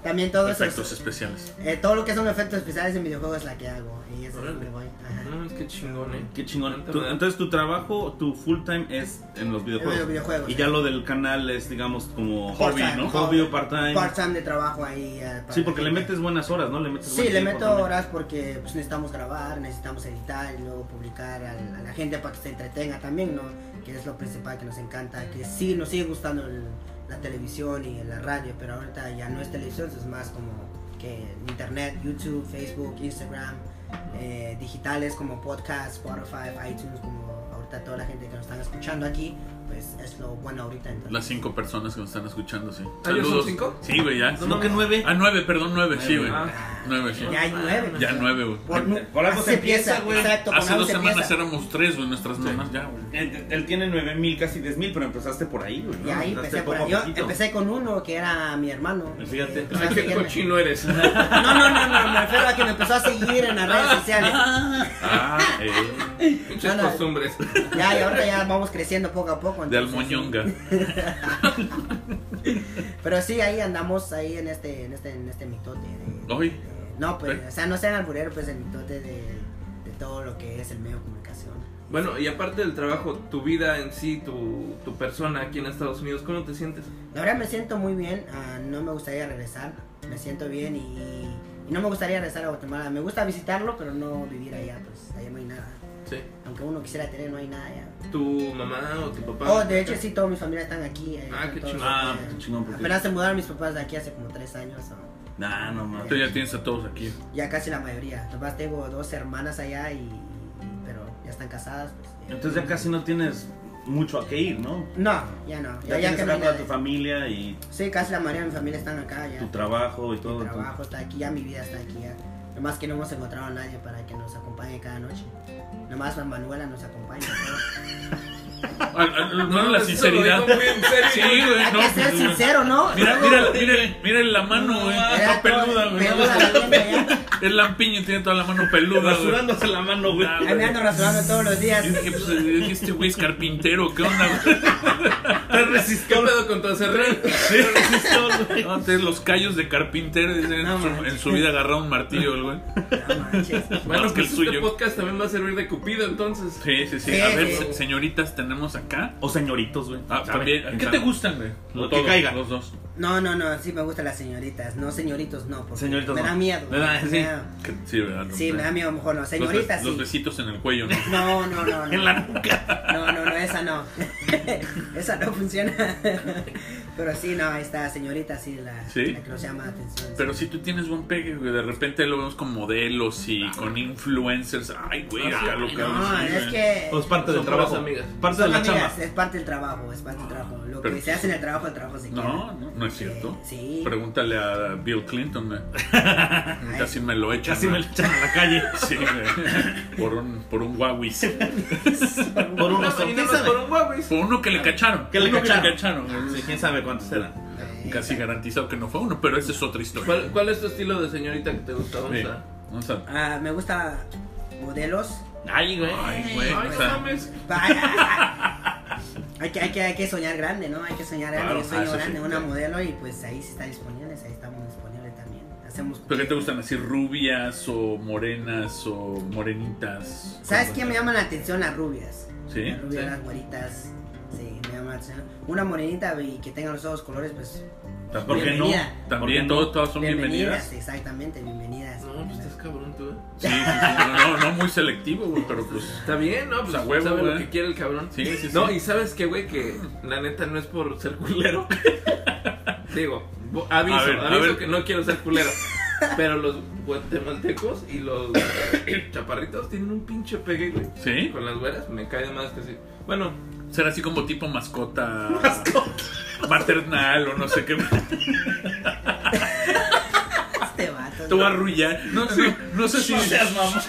Speaker 3: También todo eso.
Speaker 2: efectos especiales.
Speaker 3: Eh, todo lo que son efectos especiales en videojuegos es la que hago. Y eso es
Speaker 4: Órale.
Speaker 3: donde voy. Ajá.
Speaker 4: No, es que chingón, ¿eh?
Speaker 1: Qué chingón.
Speaker 4: Tanta
Speaker 1: Tu-
Speaker 4: verdad.
Speaker 1: entonces tu trabajo, tu full time es en los videojuegos.
Speaker 3: En los videojuegos,
Speaker 1: Y
Speaker 3: sí.
Speaker 1: ya lo del canal es, digamos, como
Speaker 2: Hobby, ¿no?
Speaker 1: Hobby o part-time.
Speaker 3: Part-time de trabajo ahí. eh, para
Speaker 1: Sí,
Speaker 3: la
Speaker 1: porque le
Speaker 3: gente.
Speaker 1: metes buenas horas, ¿no? Le metes
Speaker 3: Sí,
Speaker 1: buen
Speaker 3: le
Speaker 1: tiempo
Speaker 3: meto
Speaker 1: también.
Speaker 3: horas porque pues, necesitamos grabar, necesitamos editar y luego publicar al- a, la gente para que se entretenga también, ¿no? Que es lo principal que nos encanta, que sí nos sigue gustando el- la televisión y la radio, pero ahorita ya no es televisión, es más como que internet, YouTube, Facebook, Instagram, eh, digitales como podcast, Spotify, iTunes, como ahorita toda la gente que nos están escuchando aquí, pues es lo bueno ahorita. Entonces.
Speaker 2: Las cinco personas que nos están escuchando, sí.
Speaker 4: ¿Ah, ya son
Speaker 2: Saludos.
Speaker 4: cinco?
Speaker 2: Sí, güey, ya.
Speaker 1: No, que nueve.
Speaker 2: Ah, nueve, perdón, nueve, sí, güey.
Speaker 4: Ah.
Speaker 2: Nueve, sí.
Speaker 3: Ya hay nueve.
Speaker 2: Ya nueve, güey.
Speaker 1: Por- por algo
Speaker 3: así
Speaker 1: se empieza, güey.
Speaker 3: Exacto, por
Speaker 2: Hace
Speaker 3: algo
Speaker 2: dos
Speaker 3: se
Speaker 2: semanas
Speaker 3: empieza.
Speaker 2: éramos tres, güey, nuestras mamás ya, güey.
Speaker 1: Él, él tiene 9000, casi 10000, pero empezaste por ahí, güey. ¿no?
Speaker 3: Y ahí
Speaker 1: Empezaste
Speaker 3: empecé por
Speaker 1: poco a
Speaker 3: ahí. Yo
Speaker 1: poquito.
Speaker 3: empecé con uno que era mi hermano.
Speaker 1: Fíjate.
Speaker 3: Eh, empezó a
Speaker 4: Ay, qué
Speaker 3: seguirme.
Speaker 4: cochino eres.
Speaker 3: No, no, no, no, me refiero a que me empezó a seguir en las redes sociales.
Speaker 2: Ah, eh.
Speaker 4: Pinches
Speaker 3: No, no.
Speaker 4: costumbres.
Speaker 3: Ya, y ahora ya vamos creciendo poco a poco.
Speaker 2: De
Speaker 3: entonces,
Speaker 2: Almoñonga.
Speaker 3: Pero sí, ahí andamos, ahí en este, en este, en este mitote. de-
Speaker 2: Oye.
Speaker 3: de- no, pues,
Speaker 2: ¿Eh?
Speaker 3: o sea, no sean alburero, pues el mitote de, de todo lo que es el medio de comunicación.
Speaker 4: Bueno, y aparte del trabajo, tu vida en sí, tu, tu persona aquí en Estados Unidos, ¿cómo te sientes?
Speaker 3: La verdad me siento muy bien, ah, no me gustaría regresar, me siento bien y, y no me gustaría regresar a Guatemala. Me gusta visitarlo, pero no vivir allá, pues allá no hay nada.
Speaker 4: Sí.
Speaker 3: Aunque uno quisiera tener, no hay nada allá.
Speaker 4: ¿Tu mamá o tu papá?
Speaker 3: Oh, de hecho sí, toda mi familia están aquí. eh,
Speaker 4: Ah,
Speaker 3: están
Speaker 4: qué
Speaker 3: todos,
Speaker 4: chingón.
Speaker 1: Ah,
Speaker 3: eh,
Speaker 1: qué chingón. Porque...
Speaker 3: Apenas se mudaron mis papás de aquí hace como tres años. o-
Speaker 1: Nah, no mames.
Speaker 2: Tú ya tienes a todos aquí.
Speaker 3: ya casi la mayoría. Nomás tengo dos hermanas allá y, y- pero ya están casadas. Pues, eh.
Speaker 1: Entonces ya casi no tienes mucho a qué ir, ¿no?
Speaker 3: No, ya no.
Speaker 1: Ya,
Speaker 3: Ya,
Speaker 1: tienes
Speaker 3: que
Speaker 1: acá
Speaker 3: me-
Speaker 1: toda tu familia y
Speaker 3: Sí, casi la mayoría de mi familia están acá ya.
Speaker 1: tu trabajo y todo.
Speaker 3: Mi
Speaker 1: tu-
Speaker 3: trabajo está aquí, ya mi vida está aquí ya. Nomás que no hemos encontrado a nadie para que nos acompañe cada noche. Nomás la Manuela nos acompaña. ¿no?
Speaker 2: Ah, ah,
Speaker 4: No,
Speaker 2: No, la
Speaker 4: eso lo
Speaker 2: sinceridad.
Speaker 4: digo muy en serio.
Speaker 2: Sí, güey,
Speaker 3: Hay que ser
Speaker 2: no. pues,
Speaker 3: sincero, ¿no?
Speaker 2: Mira, mira,
Speaker 3: Luego-
Speaker 2: mira, mira la mano, güey. Está
Speaker 3: Era todo-
Speaker 2: peluda, güey.
Speaker 3: peluda la gente, ya.
Speaker 2: El lampiño tiene toda la mano peluda, güey.
Speaker 1: Rasurándose la mano, güey.
Speaker 2: Ah,
Speaker 3: Ahí me ando rasurando todos los días.
Speaker 2: Yo dije, pues, eh, este güey es carpintero, ¿qué onda, güey?
Speaker 1: Tres
Speaker 4: ¿Qué
Speaker 1: resistores.
Speaker 4: pedo con tu aserrín?
Speaker 1: Tres resistores, güey.
Speaker 2: No, entonces los callos de carpintero dicen,
Speaker 3: No,
Speaker 2: en, su,
Speaker 3: manches.
Speaker 2: en su vida agarraba un martillo, el güey.
Speaker 3: No manches.
Speaker 2: Más
Speaker 4: Bueno,
Speaker 2: que el
Speaker 4: pues este
Speaker 2: suyo.
Speaker 4: podcast también va a servir de cupido, entonces.
Speaker 2: Sí, sí, sí.
Speaker 3: Sí,
Speaker 2: A ver,
Speaker 3: sí.
Speaker 2: se- señoritas, tenemos acá.
Speaker 1: O señoritos, güey.
Speaker 2: Ah,
Speaker 1: ¿Sabe?
Speaker 2: también. ¿Qué te gustan, güey?
Speaker 1: Lo
Speaker 2: O
Speaker 1: que
Speaker 2: todos,
Speaker 1: caiga.
Speaker 2: Los dos.
Speaker 3: No, no, no, sí me gustan las señoritas, no señoritos, no, porque
Speaker 1: Señoritos
Speaker 3: me
Speaker 1: no.
Speaker 3: da miedo.
Speaker 1: Me da- sí.
Speaker 3: da-
Speaker 2: Que- Sí, ¿verdad? Los-
Speaker 3: sí, me da miedo, mejor no,
Speaker 2: los be-
Speaker 3: señoritas,
Speaker 2: Los
Speaker 3: sí.
Speaker 2: besitos en el cuello, ¿no?
Speaker 3: No, no, no, no.
Speaker 1: En la nuca.
Speaker 3: No, no, no, esa no. esa no funciona. Pero sí, no, esta señorita sí, la,
Speaker 2: ¿Sí?
Speaker 3: la que nos llama la atención.
Speaker 2: Pero si tú tienes buen pegue, güey, de repente lo vemos con modelos y con influencers. Ay, güey, acá lo que
Speaker 3: No,
Speaker 2: hago, sí,
Speaker 3: es
Speaker 2: güey.
Speaker 3: que...
Speaker 1: Pues parte del
Speaker 4: Son
Speaker 1: trabajo.
Speaker 4: puras amigas.
Speaker 1: Parte de
Speaker 3: son
Speaker 1: la
Speaker 3: amigas,
Speaker 1: chamba.
Speaker 3: es parte del trabajo, es parte del trabajo. Lo
Speaker 2: Pero-
Speaker 3: que se hace en el trabajo, el trabajo se queda.
Speaker 2: No, no, no es cierto.
Speaker 3: Sí.
Speaker 2: Pregúntale a Bill Clinton, güey.
Speaker 3: Ay,
Speaker 2: Casi me lo echan.
Speaker 1: Casi me
Speaker 2: güey.
Speaker 1: le echan a la calle.
Speaker 2: Sí, güey. Por un, por un Huawei.
Speaker 1: Por
Speaker 4: No,
Speaker 1: unos
Speaker 4: y
Speaker 1: ¿Quién
Speaker 4: nada más por
Speaker 1: sabe?
Speaker 4: un Huawei.
Speaker 2: Por uno que le cacharon.
Speaker 1: Que le
Speaker 2: Uno
Speaker 1: cacharon.
Speaker 2: güey.
Speaker 1: Sí, quién sabe cuántos eran.
Speaker 3: eh,
Speaker 2: Casi garantizado que no fue uno, pero esa es otra historia.
Speaker 4: ¿Cuál, ¿Cuál es tu estilo de señorita que te gusta? Vamos
Speaker 2: Sí.
Speaker 4: a-
Speaker 2: Vamos a-
Speaker 3: ah, me gusta modelos.
Speaker 1: Ay, güey.
Speaker 2: Ay, güey.
Speaker 4: Ay,
Speaker 2: o
Speaker 4: no
Speaker 2: sea,
Speaker 4: mames.
Speaker 3: hay, que, hay, que, hay que soñar grande, ¿no? Hay que soñar grande.
Speaker 2: Claro,
Speaker 3: Yo sueño
Speaker 2: ah, eso sí,
Speaker 3: grande, una
Speaker 2: claro.
Speaker 3: modelo y pues ahí sí están disponibles, ahí estamos disponibles también. Hacemos...
Speaker 2: ¿Pero qué te gustan así? ¿Rubias o morenas o morenitas?
Speaker 3: ¿Sabes
Speaker 2: ¿Cómo?
Speaker 3: quién me llama la atención? Las rubias.
Speaker 2: ¿Sí?
Speaker 3: Las rubias,
Speaker 4: Sí.
Speaker 3: las güeritas. Sí, me llama la atención. Una morenita y que tenga los ojos colores, pues.
Speaker 1: ¿Por qué no?
Speaker 3: Bienvenida.
Speaker 1: ¿Por qué
Speaker 2: También
Speaker 1: no?
Speaker 2: todos, todas son bienvenidas.
Speaker 3: exactamente, bienvenidas.
Speaker 4: No, pues estás cabrón tú, eh.
Speaker 2: Sí, sí, sí, no, no, no muy selectivo, güey, pero pues.
Speaker 4: Está bien, ¿no? Pues
Speaker 2: Pues a huevo,
Speaker 4: sabe lo
Speaker 2: güey.
Speaker 4: que quiere el cabrón.
Speaker 2: Sí, sí, sí.
Speaker 4: No, y sabes qué, güey, que la neta no es por ser culero. Digo, bo- aviso,
Speaker 2: A ver, a
Speaker 4: aviso
Speaker 2: ver.
Speaker 4: que no quiero ser culero. Pero los guatemaltecos y los chaparritos tienen un pinche pegue, güey.
Speaker 2: ¿Sí?
Speaker 4: Con las güeras me cae de más que sí. Bueno,
Speaker 2: Será así como tipo mascota. Maternal o no sé qué.
Speaker 3: Este vato.
Speaker 2: Te voy a arrullar. No, sé- no sé si,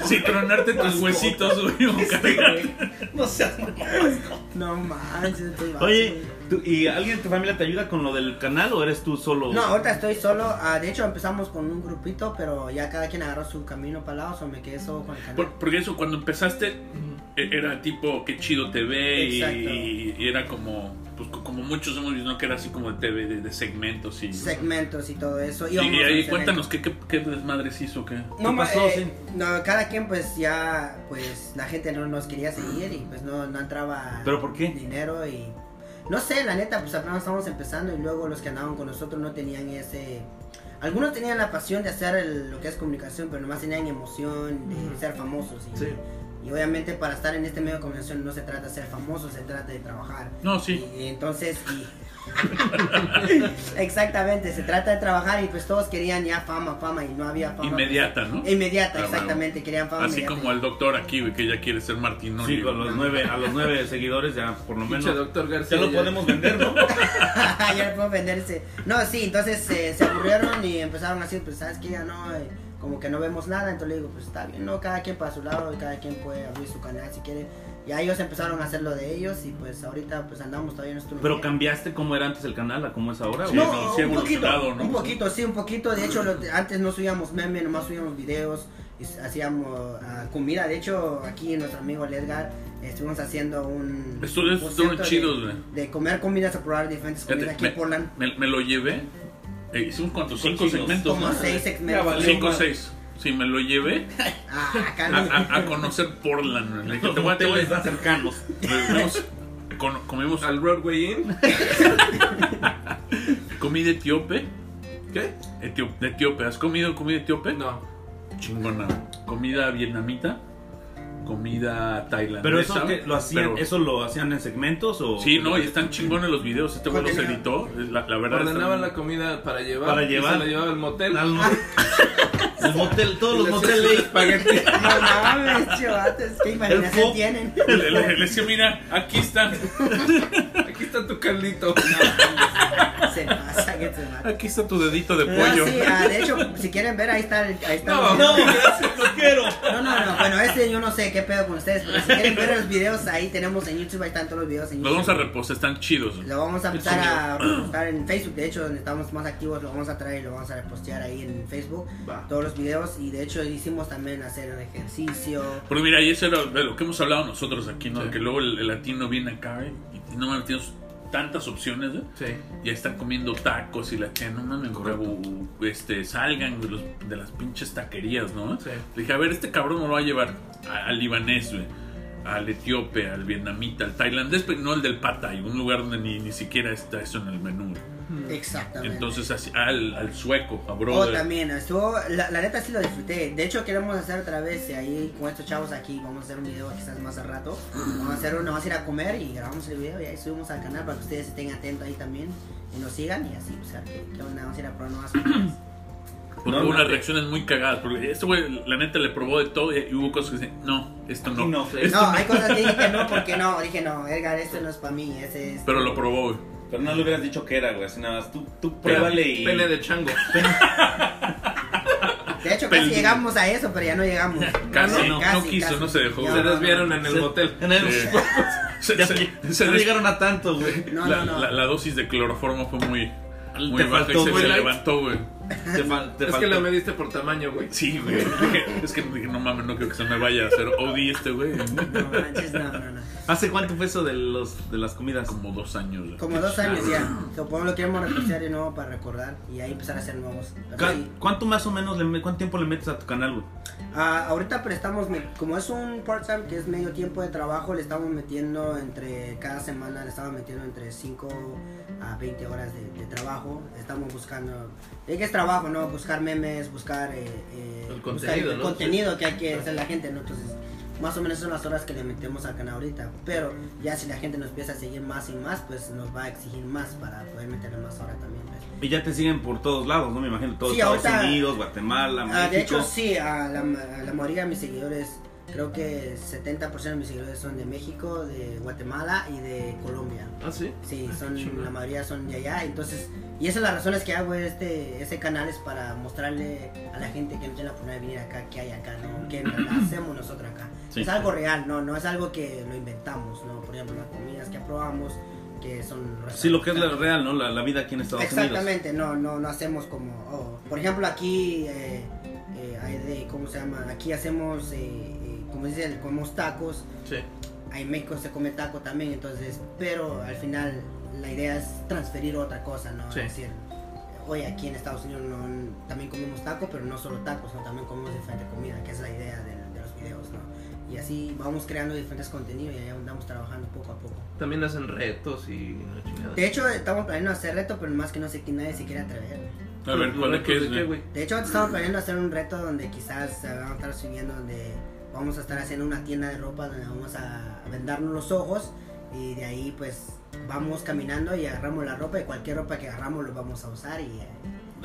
Speaker 2: si tronarte tus huesitos, güey, o cargarte.
Speaker 1: No seas mamón.
Speaker 3: No manches, este vato.
Speaker 1: Oye, ¿tú- ¿y alguien de tu familia te ayuda con lo del canal o eres tú solo?
Speaker 3: No, ahorita estoy solo. Ah, de hecho, empezamos con un grupito, pero ya cada quien agarró su camino para lado, o me quedé solo con el canal.
Speaker 2: Por- porque eso, cuando empezaste, e- era tipo, qué chido TV y,
Speaker 3: Exacto.
Speaker 2: y era como, pues co- como muchos hemos visto, ¿no? que era así como de TV de, de segmentos y...
Speaker 3: Segmentos y todo eso.
Speaker 2: Y,
Speaker 3: íbamos
Speaker 2: y
Speaker 3: a
Speaker 2: ahí
Speaker 3: hacer-
Speaker 2: cuéntanos, ¿qué, qué, qué desmadres hizo? ¿Qué?
Speaker 3: No,
Speaker 1: ¿Qué
Speaker 3: ma-
Speaker 1: pasó,
Speaker 3: eh,
Speaker 1: sí?
Speaker 3: no, cada quien pues ya, pues la gente no nos quería seguir y pues no, no entraba
Speaker 1: ¿Pero por qué?
Speaker 3: dinero y no sé, la neta, pues apenas estábamos empezando y luego los que andaban con nosotros no tenían ese... Algunos tenían la pasión de hacer el- lo que es comunicación, pero nomás tenían emoción de
Speaker 4: Ujú.
Speaker 3: ser famosos. Y,
Speaker 4: sí.
Speaker 3: y obviamente para estar en este medio de comunicación no se trata de ser famoso, se trata de trabajar.
Speaker 2: No, sí.
Speaker 3: Y entonces, y- exactamente, se trata de trabajar y pues todos querían ya fama, fama y no había fama.
Speaker 2: Inmediata, ¿no?
Speaker 3: Inmediata,
Speaker 2: Ah,
Speaker 3: exactamente, querían fama.
Speaker 2: Así
Speaker 3: inmediata.
Speaker 2: como el doctor aquí, güey, que ya quiere ser Martín
Speaker 1: Sí, con los nueve, a los nueve seguidores ya por lo
Speaker 4: Pinche
Speaker 1: menos.
Speaker 4: doctor
Speaker 1: Ya
Speaker 4: García.
Speaker 1: lo podemos vender, ¿no?
Speaker 3: ya puedo venderse. No, sí, entonces eh, se aburrieron y empezaron a decir, pues sabes que ya no, eh, como que no vemos nada. Entonces le digo, pues está bien, no, cada quien para su lado y cada quien puede abrir su canal si quiere. Ya ellos empezaron a hacer lo de ellos y pues ahorita pues andamos todavía en nuestro
Speaker 1: Pero
Speaker 3: nivel.
Speaker 1: cambiaste cómo era antes el canal a cómo es ahora.
Speaker 2: Sí,
Speaker 1: güey.
Speaker 2: no, sí ha
Speaker 3: un
Speaker 2: evolucionado,
Speaker 3: poquito,
Speaker 2: ¿no?
Speaker 3: un poquito, sí, un poquito. De hecho, lo- antes no subíamos memes, nomás subíamos videos, y s- hacíamos ah, comida. De hecho, aquí nuestro amigo el Edgar eh, estuvimos haciendo un.
Speaker 2: Estos- estos
Speaker 3: un
Speaker 2: estuvieron
Speaker 3: centro de-
Speaker 2: chidos, güey.
Speaker 3: De comer comidas a probar diferentes comidas aquí
Speaker 2: me,
Speaker 3: en Portland.
Speaker 2: me- me lo llevé, eh, hicimos cuantos
Speaker 1: Con
Speaker 2: cinco
Speaker 1: chicos.
Speaker 2: segmentos,
Speaker 3: Como
Speaker 2: ¿no?
Speaker 3: seis
Speaker 1: Ya
Speaker 3: segmentos.
Speaker 1: valió.
Speaker 2: eh. Cinco o seis. Sí, me lo llevé
Speaker 3: Ah, acá
Speaker 2: a,
Speaker 3: no.
Speaker 2: a- a conocer Portland, güey. Le dije,
Speaker 1: Los
Speaker 2: te voy a- te voy
Speaker 1: moteles
Speaker 2: a-
Speaker 1: más cercanos.
Speaker 2: Fuimos- con- comimos
Speaker 4: Al Broadway Inn.
Speaker 2: comida etíope.
Speaker 4: ¿Qué?
Speaker 2: Etiop- etíope. ¿Has comido comida etíope?
Speaker 4: No.
Speaker 2: Chingona. Comida vietnamita. Comida tailandesa.
Speaker 1: Pero eso que lo hacían,
Speaker 2: pero-
Speaker 1: eso lo hacían en segmentos o
Speaker 2: Sí, no, y están chingones los videos. Este güey los editó. La, la verdad.
Speaker 4: Ordenaban la
Speaker 2: están-
Speaker 4: comida para llevar.
Speaker 1: Para
Speaker 4: y
Speaker 1: llevar.
Speaker 4: se la llevaba al motel.
Speaker 2: Ah,
Speaker 1: Al mo- el motel, todos los
Speaker 4: Y les
Speaker 1: moteles.
Speaker 4: espagueti.
Speaker 3: No mames, chivates, qué
Speaker 1: foco.
Speaker 3: imaginación tienen.
Speaker 2: Le, le- le decía, mira, aquí está.
Speaker 4: Aquí está tu caldito.
Speaker 3: Se pasa, que se mata.
Speaker 2: Aquí está tu dedito de
Speaker 3: Ah,
Speaker 2: pollo.
Speaker 3: sí, ah, de hecho, si quieren ver, ahí está. el- Ahí está
Speaker 4: No,
Speaker 3: el-
Speaker 1: No, gracias, no quiero.
Speaker 3: No, no, no, bueno, este yo no sé qué pedo con ustedes, pero si quieren ver los videos ahí tenemos en YouTube, ahí están todos los videos en
Speaker 2: Los
Speaker 3: YouTube.
Speaker 2: vamos a reposar, están chidos.
Speaker 3: Lo vamos a empezar a repostar en Facebook, de hecho, donde estamos más activos, lo vamos a traer y lo vamos a repostear ahí en Facebook,
Speaker 4: Va.
Speaker 3: todos los videos, y de hecho hicimos también hacer el ejercicio.
Speaker 2: Porque mira, y eso era de lo que hemos hablado nosotros aquí, ¿no?
Speaker 4: Sí.
Speaker 2: Que luego el, el latino viene acá ¿eh? y no mames, tienes tantas opciones, ¿eh?
Speaker 4: Sí.
Speaker 2: Ya están comiendo tacos y la tía, no mames, huevo, este, salgan de, los, de las pinches taquerías, ¿no?
Speaker 4: Sí.
Speaker 2: Le dije, a ver, este cabrón me lo va a llevar a- al libanés, güey, al etíope, al vietnamita, al tailandés, pero no el del Patay, un lugar donde ni, ni siquiera está eso en el menú.
Speaker 3: Exactamente.
Speaker 2: Entonces, así, al, al sueco, a
Speaker 3: Oh,
Speaker 2: brother.
Speaker 3: también, estuvo, la, la neta sí lo disfruté. De hecho, queremos hacer otra vez y ahí con estos chavos aquí. Vamos a hacer un video quizás más al rato. Vamos a hacer uno, vamos a ir a comer y grabamos el video y ahí subimos al canal para que ustedes estén atentos ahí también. y nos sigan y así, o sea, que, que onda, vamos a ir a probar nuevas cosas.
Speaker 2: Porque
Speaker 1: No,
Speaker 2: hubo
Speaker 1: no,
Speaker 2: unas
Speaker 1: te-
Speaker 2: reacciones muy cagadas. Porque este güey, la neta, le probó de todo y, y hubo cosas que dicen, no, esto no.
Speaker 1: No, Flex.
Speaker 2: Esto
Speaker 3: No, hay cosas que dije que no, porque no, dije no, Edgar, esto no es para mí, ese es...
Speaker 2: Pero lo probó, güey.
Speaker 1: Pero no le hubieras dicho que era, güey. Así nada más. Tú, tú
Speaker 2: Pero-
Speaker 1: pruébale y.
Speaker 4: Pele de chango.
Speaker 3: De hecho, casi
Speaker 2: Pel-
Speaker 3: llegamos a eso, pero ya no llegamos.
Speaker 2: Casi, no, no quiso, no se dejó.
Speaker 3: Ya,
Speaker 4: Se
Speaker 3: no,
Speaker 4: desviaron en el
Speaker 1: Se-
Speaker 4: motel.
Speaker 1: En el-
Speaker 2: Sí. Se-
Speaker 1: Ya,
Speaker 2: Eh, se-
Speaker 1: ya
Speaker 2: se
Speaker 1: no
Speaker 2: des-
Speaker 1: llegaron a tanto, güey.
Speaker 3: No,
Speaker 2: la,
Speaker 3: no, no.
Speaker 2: la- la dosis de cloroformo fue muy, muy
Speaker 1: Te
Speaker 2: baja y
Speaker 1: faltó,
Speaker 2: se,
Speaker 1: güey,
Speaker 2: se
Speaker 1: light.
Speaker 2: levantó, güey.
Speaker 1: Te fal- te
Speaker 4: Es que
Speaker 1: faltó.
Speaker 4: la mediste por tamaño, güey.
Speaker 2: Sí, güey. Es que dije, no mames, no creo que se me vaya a hacer OD este, güey.
Speaker 3: No, manches, no, no, no.
Speaker 1: ¿Hace cuánto fue eso de, los, de las comidas?
Speaker 2: Como dos años. güey.
Speaker 3: Como dos años ya. Supongo lo queremos repensar de nuevo para recordar y ahí empezar a hacer nuevos. Pero
Speaker 1: Ca-
Speaker 3: sí.
Speaker 1: ¿Cuánto más o menos, le, me- cuánto tiempo le metes a tu canal, güey?
Speaker 3: Ah, ahorita pero estamos, me- como es un part-time que es medio tiempo de trabajo, le estamos metiendo entre, cada semana le estamos metiendo entre 5 a 20 horas de, de trabajo. Estamos buscando, es que es trabajo, ¿no? Buscar memes, buscar eh, eh,
Speaker 4: El
Speaker 3: buscar
Speaker 4: contenido,
Speaker 3: el
Speaker 4: ¿no?
Speaker 3: contenido que hay que hacer la gente, ¿no? Entonces, más o menos son las horas que le metemos al canal ahorita. Pero ya si la gente nos empieza a seguir más y más, pues nos va a exigir más para poder meterle más horas también. pues.
Speaker 1: Y ya te siguen por todos lados, ¿no? Me imagino, todos
Speaker 3: Sí,
Speaker 1: Estados
Speaker 3: ahorita-
Speaker 1: Unidos, Guatemala, México.
Speaker 3: Ah, de hecho, sí, a la, a la mayoría de mis seguidores, creo que 70% de mis seguidores son de México, de Guatemala y de Colombia.
Speaker 4: Ah, sí.
Speaker 3: Sí, son,
Speaker 4: Chingón.
Speaker 3: la mayoría son de allá, entonces, y esa es la razón es que hago este, ese canal, es para mostrarle a la gente que no tiene la oportunidad de venir acá, que hay acá, ¿no? Que en verdad hacemos nosotros acá.
Speaker 1: Sí.
Speaker 3: Es algo real, ¿no? No es algo que lo inventamos, ¿no? Por ejemplo, las comidas que probamos, que son...
Speaker 1: Sí, lo que es la real, ¿no? La, la vida aquí en Estados Unidos.
Speaker 3: Exactamente, no, no, no hacemos como, oh, por ejemplo aquí, eh, eh, hay de- ¿cómo se llama? Aquí hacemos, eh, eh, como dicen, comemos tacos,
Speaker 4: Sí.
Speaker 3: ahí en México se come taco también, entonces, pero al final la idea es transferir otra cosa, ¿no?
Speaker 4: Sí.
Speaker 3: Es decir, hoy aquí en Estados Unidos no- también comemos tacos, pero no solo tacos, ¿no? también comemos diferente comida, que es la idea del- de los videos, ¿no? Y así vamos creando diferentes contenidos y ahí andamos trabajando poco a poco.
Speaker 4: También hacen retos y la chingada.
Speaker 1: Pues
Speaker 3: De hecho, estamos planeando hacer reto, pero más que no sé que nadie se quiere atrever.
Speaker 2: A ver, ¿cuál es
Speaker 4: ¿Retos
Speaker 2: que
Speaker 4: de
Speaker 2: es, güey?
Speaker 4: güey?
Speaker 3: De hecho, ahorita estamos planeando hacer un reto donde quizás eh, vamos a estar subiendo, donde vamos a estar haciendo una tienda de ropa donde vamos a vendarnos los ojos y de ahí pues vamos caminando y agarramos la ropa y cualquier ropa que agarramos lo vamos a usar y eh,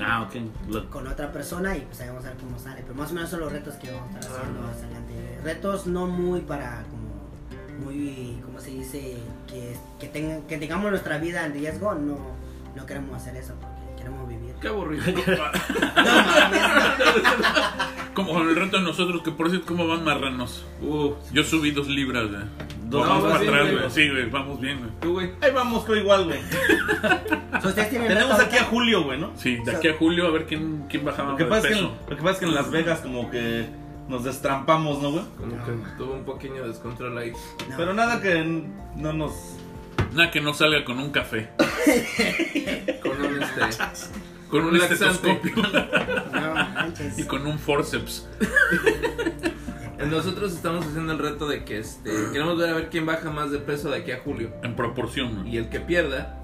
Speaker 1: Ah, ok. Lo-
Speaker 3: con otra persona y pues ahí vamos a ver cómo sale. Pero más o menos son los retos que vamos a estar haciendo
Speaker 1: Ah.
Speaker 3: más adelante. Retos no muy para como muy, ¿cómo se dice? Que, que, tengan- que tengamos nuestra vida en riesgo, no, no queremos hacer eso porque queremos vivir.
Speaker 4: Qué aburrido.
Speaker 3: No, mames, no.
Speaker 2: Como el reto de nosotros, que por cierto, ¿cómo van marranos?
Speaker 4: Uh,
Speaker 2: Yo subí dos libras, güey.
Speaker 1: Dos-
Speaker 2: vamos
Speaker 4: No,
Speaker 2: para
Speaker 4: sí,
Speaker 2: atrás,
Speaker 4: güey.
Speaker 2: güey. Sí, güey, vamos bien, güey.
Speaker 4: tú, güey.
Speaker 1: Ahí vamos, fue igual, güey.
Speaker 3: So, ustedes tienen
Speaker 1: Tenemos
Speaker 3: reto
Speaker 1: aquí a
Speaker 3: ahorita?
Speaker 1: Julio, güey, ¿no?
Speaker 2: Sí, de aquí a julio a ver quién, quién bajaba
Speaker 1: Lo que,
Speaker 2: de
Speaker 1: pasa es que en,
Speaker 2: peso.
Speaker 1: lo que pasa es que en Las Vegas como que nos destrampamos, ¿no, güey?
Speaker 4: Como que tuvo un pequeño descontrol ahí.
Speaker 3: No.
Speaker 1: Pero nada que n- no nos...
Speaker 2: Nada que no salga con un café.
Speaker 4: Con un este.
Speaker 2: Con un
Speaker 4: Laxante.
Speaker 2: estetoscopio
Speaker 3: No, manches.
Speaker 2: y con un forceps.
Speaker 4: Nosotros estamos haciendo el reto de que este. Queremos ver a ver quién baja más de peso de aquí a julio.
Speaker 2: En proporción, güey.
Speaker 4: Y el que pierda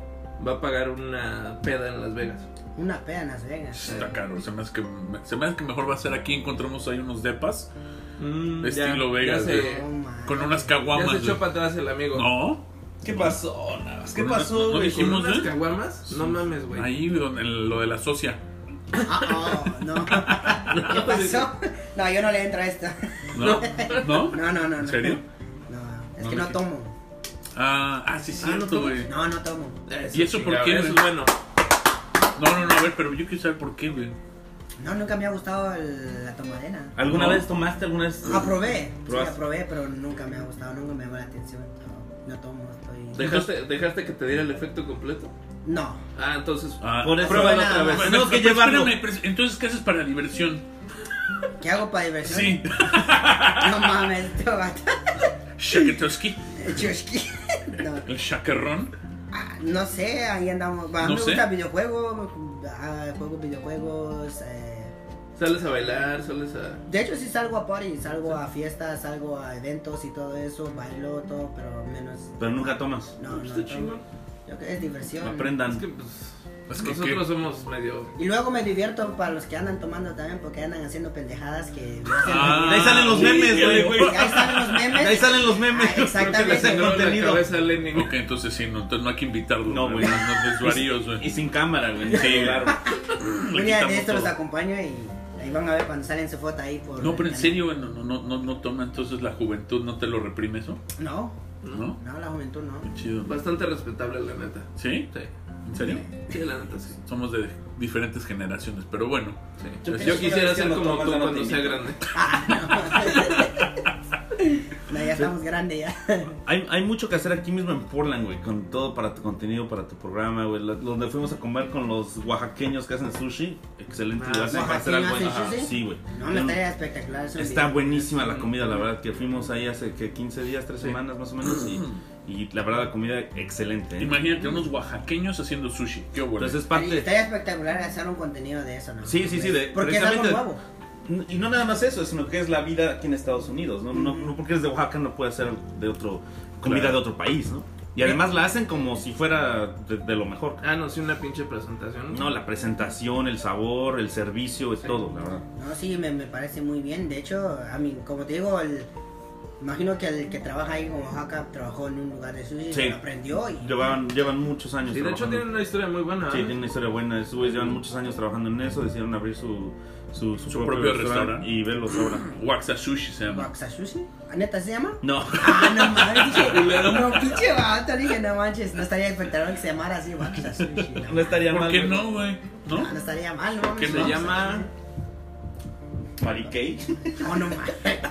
Speaker 4: va a pagar una peda en Las Vegas.
Speaker 3: Una peda en Las Vegas.
Speaker 2: Está caro, se me, hace que, se me hace que mejor va a ser aquí. Encontramos ahí unos depas
Speaker 4: Mm,
Speaker 2: Estilo Vegas,
Speaker 4: Ya se,
Speaker 2: güey.
Speaker 3: No, man.
Speaker 2: con unas
Speaker 4: ya se
Speaker 2: caguamas.
Speaker 4: echó
Speaker 2: güey.
Speaker 4: para atrás el amigo.
Speaker 2: No,
Speaker 1: ¿Qué pasó, Navas? ¿Qué
Speaker 2: No,
Speaker 1: pasó,
Speaker 2: no
Speaker 1: güey?
Speaker 4: ¿Con
Speaker 2: dijimos,
Speaker 4: unas
Speaker 2: ¿eh?
Speaker 4: caguamas? No mames, güey.
Speaker 2: ahí donde el- lo de la socia.
Speaker 3: Ah, oh, no. ¿Qué
Speaker 2: pues,
Speaker 3: pasó? No, yo no le entro a esto.
Speaker 2: ¿No? ¿No?
Speaker 3: No, no, no. no.
Speaker 2: ¿En serio?
Speaker 3: No, es
Speaker 2: No,
Speaker 3: que
Speaker 2: no
Speaker 3: no
Speaker 2: sé.
Speaker 3: tomo.
Speaker 2: Ah, ah sí,
Speaker 4: Ah, ¿no
Speaker 2: cierto,
Speaker 4: tomas?
Speaker 2: güey.
Speaker 3: No, no tomo.
Speaker 4: Eso,
Speaker 2: ¿Y eso por
Speaker 4: chingado,
Speaker 2: qué,
Speaker 4: Eso
Speaker 2: güey?
Speaker 4: es bueno.
Speaker 2: No, no, no, a ver, pero yo quiero saber por qué, güey.
Speaker 3: No, nunca me ha gustado el- la tomadera.
Speaker 1: ¿Alguna
Speaker 2: No.
Speaker 1: vez tomaste? ¿Alguna vez?
Speaker 3: Aprobé. Sí,
Speaker 1: ¿Probaste?
Speaker 3: aprobé, pero nunca me ha gustado, nunca me llamó la atención. No, no tomo, estoy.
Speaker 4: ¿Dejaste, ¿Dejaste que te diera el efecto completo?
Speaker 3: No.
Speaker 4: Ah, entonces.
Speaker 2: Ah,
Speaker 1: Por eso-
Speaker 4: pruébalo
Speaker 3: Nada
Speaker 4: otra vez.
Speaker 3: más.
Speaker 2: Bueno,
Speaker 1: Tenemos que
Speaker 2: pero
Speaker 1: llevarlo.
Speaker 2: espérame, pero entonces, ¿qué haces para diversión?
Speaker 3: ¿Qué hago para diversión?
Speaker 2: Sí,
Speaker 3: No mames, esto va
Speaker 2: Shaketoski,
Speaker 3: Chushki. No.
Speaker 2: el shakerrón.
Speaker 3: Ah, No sé, ahí andamos. Bueno,
Speaker 2: No
Speaker 3: me
Speaker 2: sé.
Speaker 3: gusta videojuegos, ah, juego videojuegos. eh,
Speaker 4: Sales a bailar, sales a.
Speaker 3: De hecho, sí salgo a party, salgo a fiestas, salgo a eventos y todo eso, bailo todo, pero menos.
Speaker 1: Pero nunca tomas.
Speaker 3: No, no,
Speaker 4: Pues Está
Speaker 3: no.
Speaker 4: chingón.
Speaker 3: Yo creo que es diversión.
Speaker 1: Aprendan.
Speaker 4: Es que, pues,
Speaker 2: Es que,
Speaker 4: Nosotros
Speaker 2: ¿qué?
Speaker 4: somos medio.
Speaker 3: Y luego me divierto para los que andan tomando también porque andan haciendo pendejadas que... me hacen
Speaker 2: Ah,
Speaker 1: De ahí salen los
Speaker 2: sí,
Speaker 1: memes,
Speaker 2: güey,
Speaker 1: güey.
Speaker 3: reír. Ahí salen los memes.
Speaker 1: Ahí salen los memes.
Speaker 3: Ah,
Speaker 1: Ese
Speaker 3: exactamente.
Speaker 4: Creo que le sangró
Speaker 1: contenido.
Speaker 4: La cabeza a Lenin.
Speaker 2: Ok, entonces sí, no, entonces no hay que invitarlos.
Speaker 1: No,
Speaker 2: güey.
Speaker 1: güey.
Speaker 2: Nos desvaríos, güey.
Speaker 1: Y sin cámara, güey.
Speaker 2: Sí.
Speaker 1: claro.
Speaker 2: Le
Speaker 3: Un día de
Speaker 2: quitamos
Speaker 3: esto los
Speaker 2: todo.
Speaker 3: acompaño y ahí van a ver cuando salen su foto ahí por...
Speaker 2: No, pero en serio, güey, no, no, no, no, no toma entonces la juventud, no te lo reprime eso,
Speaker 3: No,
Speaker 2: ¿no?
Speaker 3: no, la juventud no.
Speaker 2: Qué chido. ¿no?
Speaker 4: Bastante respetable, la neta.
Speaker 2: ¿Sí?
Speaker 4: Sí.
Speaker 2: ¿En serio?
Speaker 4: Sí, la neta, sí.
Speaker 2: Somos de diferentes generaciones, pero bueno.
Speaker 4: sí.
Speaker 1: Yo
Speaker 4: Yo,
Speaker 1: pienso que
Speaker 4: quisiera
Speaker 1: es que
Speaker 4: ser
Speaker 1: lo
Speaker 4: como
Speaker 1: tomas,
Speaker 4: tú
Speaker 1: ya no
Speaker 4: cuando
Speaker 1: te
Speaker 4: sea
Speaker 1: invito.
Speaker 4: grande.
Speaker 1: Ah,
Speaker 3: No, ya estamos grandes ya.
Speaker 1: Hay, hay mucho que hacer aquí mismo en Portland, güey, con todo para tu contenido, para tu programa, güey. Lo- Donde fuimos a comer con los oaxaqueños que hacen sushi. Excelente
Speaker 4: Ah,
Speaker 1: lugar para hacer
Speaker 3: ¿oaxaqueños
Speaker 1: algo.
Speaker 3: hacen
Speaker 1: Ajá,
Speaker 3: sushi?
Speaker 1: Sí, güey.
Speaker 3: No, me estaría espectacular. es un
Speaker 1: Está
Speaker 3: video.
Speaker 1: buenísima la comida, la verdad, que fuimos ahí hace que 15 días, 3
Speaker 4: Sí.
Speaker 1: semanas más o menos, y, y la verdad la comida excelente. ¿eh?
Speaker 2: Imagínate unos oaxaqueños haciendo sushi. Qué bueno.
Speaker 1: Entonces es
Speaker 3: Y
Speaker 1: parte...
Speaker 3: Estaría espectacular hacer un contenido de eso, ¿no?
Speaker 1: Sí, sí, sí, de-
Speaker 3: Porque es algo
Speaker 1: precisamente-
Speaker 3: nuevo.
Speaker 1: Y no nada más eso, sino que es la vida aquí en Estados Unidos, ¿no? No,
Speaker 3: Ujú.
Speaker 1: no porque eres de Oaxaca no puede ser de otro, comida
Speaker 2: Claro.
Speaker 1: de otro país, ¿no? Y además la hacen como si fuera de, de lo mejor.
Speaker 4: Ah, no, sí, una pinche presentación.
Speaker 1: No, la presentación, el sabor, el servicio, es
Speaker 4: Sí.
Speaker 1: todo, la verdad.
Speaker 3: No, sí, me, me parece muy bien. De hecho, a mí, como te digo, el- imagino que el que trabaja ahí en Oaxaca trabajó en un lugar de sushi,
Speaker 1: Sí.
Speaker 3: aprendió y...
Speaker 1: Llevan, llevan muchos años
Speaker 4: Sí, de hecho
Speaker 1: trabajando.
Speaker 4: tienen una historia muy buena.
Speaker 1: Sí,
Speaker 4: ¿eh?
Speaker 1: tienen una historia buena. Esos güeyes llevan muchos años trabajando en eso, decidieron abrir su, su, su
Speaker 2: Su propio restaurante.
Speaker 1: y verlos ahora.
Speaker 2: Waxa sushi se llama.
Speaker 3: ¿Waxa sushi? ¿Ah, ¿Neta se llama?
Speaker 1: No.
Speaker 3: Ah, no manches, dije, no, pinche vato, dije, no manches, no estaría espectacular que se llamara así, Waxa sushi. No,
Speaker 1: No estaría
Speaker 2: ¿Por
Speaker 1: mal.
Speaker 2: qué
Speaker 1: güey.
Speaker 2: no, güey? ¿No?
Speaker 3: No, no estaría mal, ¿no?
Speaker 2: qué
Speaker 3: No,
Speaker 4: Se
Speaker 2: no?
Speaker 3: no,
Speaker 4: llama
Speaker 1: Mary Kay.
Speaker 3: Oh, No, no, ma-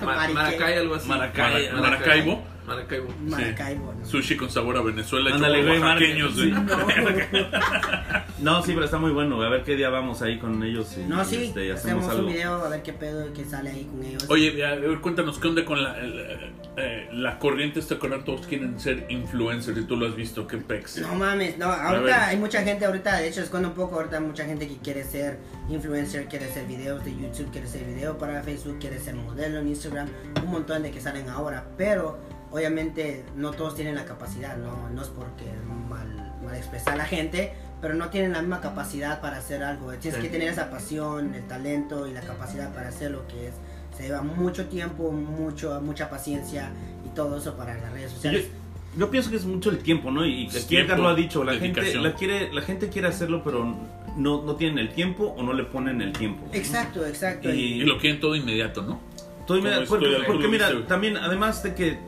Speaker 4: Ma-
Speaker 3: Maracay-
Speaker 4: Maracay, algo así.
Speaker 2: Maracay-
Speaker 4: Mara-
Speaker 2: Maracaibo.
Speaker 4: Maracaibo.
Speaker 3: Maracaibo, ¿no?
Speaker 2: Sushi con sabor a Venezuela. hecho
Speaker 1: Ándale,
Speaker 2: por
Speaker 1: güey,
Speaker 2: oaxaqueños,
Speaker 1: marca.
Speaker 2: güey.
Speaker 1: No, sí, pero está muy bueno. güey. A ver qué día vamos ahí con ellos. y,
Speaker 3: No, sí,
Speaker 1: este, y
Speaker 3: hacemos, un video a ver qué pedo que sale ahí con ellos.
Speaker 2: Oye, a ver, cuéntanos, ¿qué onda con la, el, eh, la corriente esta que ahora todos quieren ser influencers? Y tú lo has visto, qué pex.
Speaker 3: No mames, no,
Speaker 2: ver.
Speaker 3: ahorita hay mucha gente, ahorita de hecho escondo un poco, ahorita hay mucha gente que quiere ser influencer, quiere hacer videos de YouTube, quiere hacer videos para Facebook, quiere ser modelo en Instagram, un montón de que salen ahora, pero obviamente no todos tienen la capacidad, no, no es porque mal, mal expresar a la gente, pero no tienen la misma capacidad para hacer algo, tienes
Speaker 4: Sí.
Speaker 3: que tener esa pasión, el talento y la capacidad para hacer lo que es. Se lleva mucho tiempo, mucho, mucha paciencia y todo eso para las redes
Speaker 1: Sí,
Speaker 3: sociales.
Speaker 1: yo, yo pienso que es mucho el tiempo, ¿no? Y
Speaker 2: Es
Speaker 1: aquí Edgar
Speaker 2: tiempo,
Speaker 1: lo ha dicho. La gente,
Speaker 2: dedicación.
Speaker 1: la, quiere, la gente quiere hacerlo, pero no, no tienen el tiempo o no le ponen el tiempo.
Speaker 3: Exacto, exacto.
Speaker 1: Y-
Speaker 2: Y lo quieren todo inmediato, ¿no?
Speaker 1: Estoy- mira,
Speaker 2: Como
Speaker 1: porque,
Speaker 2: estoy de
Speaker 1: porque
Speaker 2: acuerdo,
Speaker 1: mira,
Speaker 2: sí.
Speaker 1: también, además de que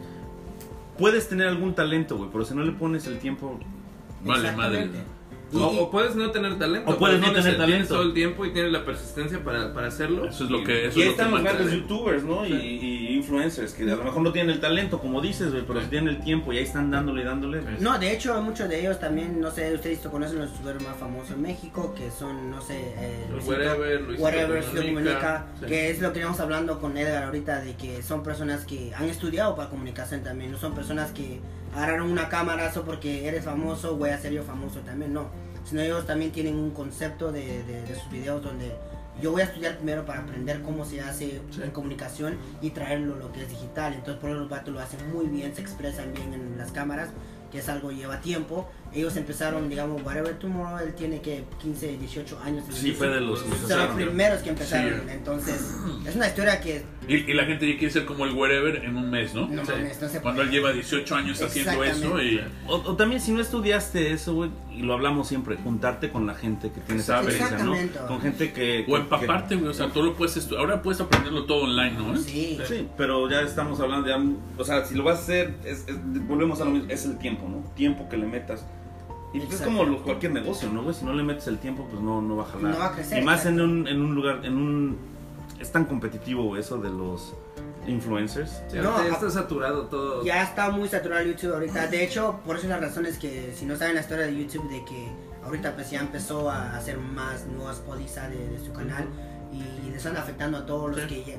Speaker 1: puedes tener algún talento, güey, pero si no le pones el tiempo.
Speaker 2: Vale, madre.
Speaker 3: Exactamente.
Speaker 4: O, o puedes no tener talento.
Speaker 1: O puedes
Speaker 4: pero
Speaker 1: no
Speaker 4: tienes
Speaker 1: tener
Speaker 4: el- tienes
Speaker 1: talento.
Speaker 4: todo el tiempo y tienes la persistencia para, para hacerlo.
Speaker 2: Eso es lo
Speaker 4: Y-
Speaker 2: que- eso
Speaker 1: Y ahí
Speaker 2: es lo
Speaker 1: están
Speaker 2: que
Speaker 1: los
Speaker 2: falta,
Speaker 1: grandes
Speaker 2: ¿eh?
Speaker 1: youtubers, ¿no? Y, y influencers, que a lo mejor no tienen el talento, como dices, güey, pero si tienen el tiempo y ahí están dándole y dándole. güey.
Speaker 3: No, de hecho, muchos de ellos también, no sé, ustedes conocen los youtubers más famosos en México, que son, no sé, eh,
Speaker 4: El
Speaker 3: Luisito-
Speaker 4: Wherever, Luisito
Speaker 3: Wherever, Luisito
Speaker 4: Comunica,
Speaker 3: Comunica,
Speaker 4: sí.
Speaker 3: que es lo que estamos hablando con Edgar ahorita, de que son personas que han estudiado para comunicación también, no son personas que agarraron una cámara, solo porque eres famoso, voy a ser yo famoso también, no. Sino ellos también tienen un concepto de, de- de sus videos donde yo voy a estudiar primero para aprender cómo se hace
Speaker 4: Sí.
Speaker 3: en comunicación y traerlo lo que es digital. Entonces, por eso los vatos lo hacen muy bien, se expresan bien en las cámaras, que es algo que lleva tiempo. Ellos empezaron, digamos, Whatever Tomorrow, él tiene que 15, 18 años. en
Speaker 1: Sí,
Speaker 3: el
Speaker 1: fue de los que
Speaker 4: Son
Speaker 3: son los
Speaker 1: empezaron.
Speaker 3: primeros que empezaron.
Speaker 2: Sí.
Speaker 3: Entonces, es una historia que
Speaker 2: Y, y la gente ya quiere ser como el wherever en un mes, ¿no?
Speaker 3: no
Speaker 4: Sí.
Speaker 3: mames, no se
Speaker 2: Cuando él
Speaker 3: puede.
Speaker 2: lleva 18 años haciendo eso y...
Speaker 4: Exactamente.
Speaker 1: O, o también si no estudiaste eso, güey, y lo hablamos siempre, juntarte con la gente que tiene esa
Speaker 2: Sabe.
Speaker 1: experiencia, ¿no?
Speaker 3: Exactamente.
Speaker 1: Con gente que...
Speaker 2: O
Speaker 1: que-
Speaker 2: empaparte, güey. O sea, tú lo puedes estu- Ahora puedes aprenderlo todo online, ¿no?
Speaker 3: Sí.
Speaker 1: que- sí, pero ya estamos hablando, ya, o sea, si lo vas a hacer, es- es- volvemos a lo mismo, es el tiempo, ¿no? Tiempo que le metas. Y pues es
Speaker 3: Exacto.
Speaker 1: como lo- cualquier negocio, ¿no, güey? Si no le metes el tiempo, pues no, no va a jalar.
Speaker 3: No va a crecer,
Speaker 1: Y más en
Speaker 3: exacto.
Speaker 1: un, en un lugar, en un... Es tan competitivo eso de los influencers.
Speaker 4: Sí,
Speaker 3: No,
Speaker 4: ahorita ya
Speaker 3: a-
Speaker 4: está saturado todo.
Speaker 3: Ya está muy saturado YouTube ahorita. De hecho, por eso la razón es que, si no saben la historia de YouTube, de que ahorita pues ya empezó a hacer más nuevas pólizas de, de su canal y, les están afectando a todos los
Speaker 4: Sí.
Speaker 3: que ya...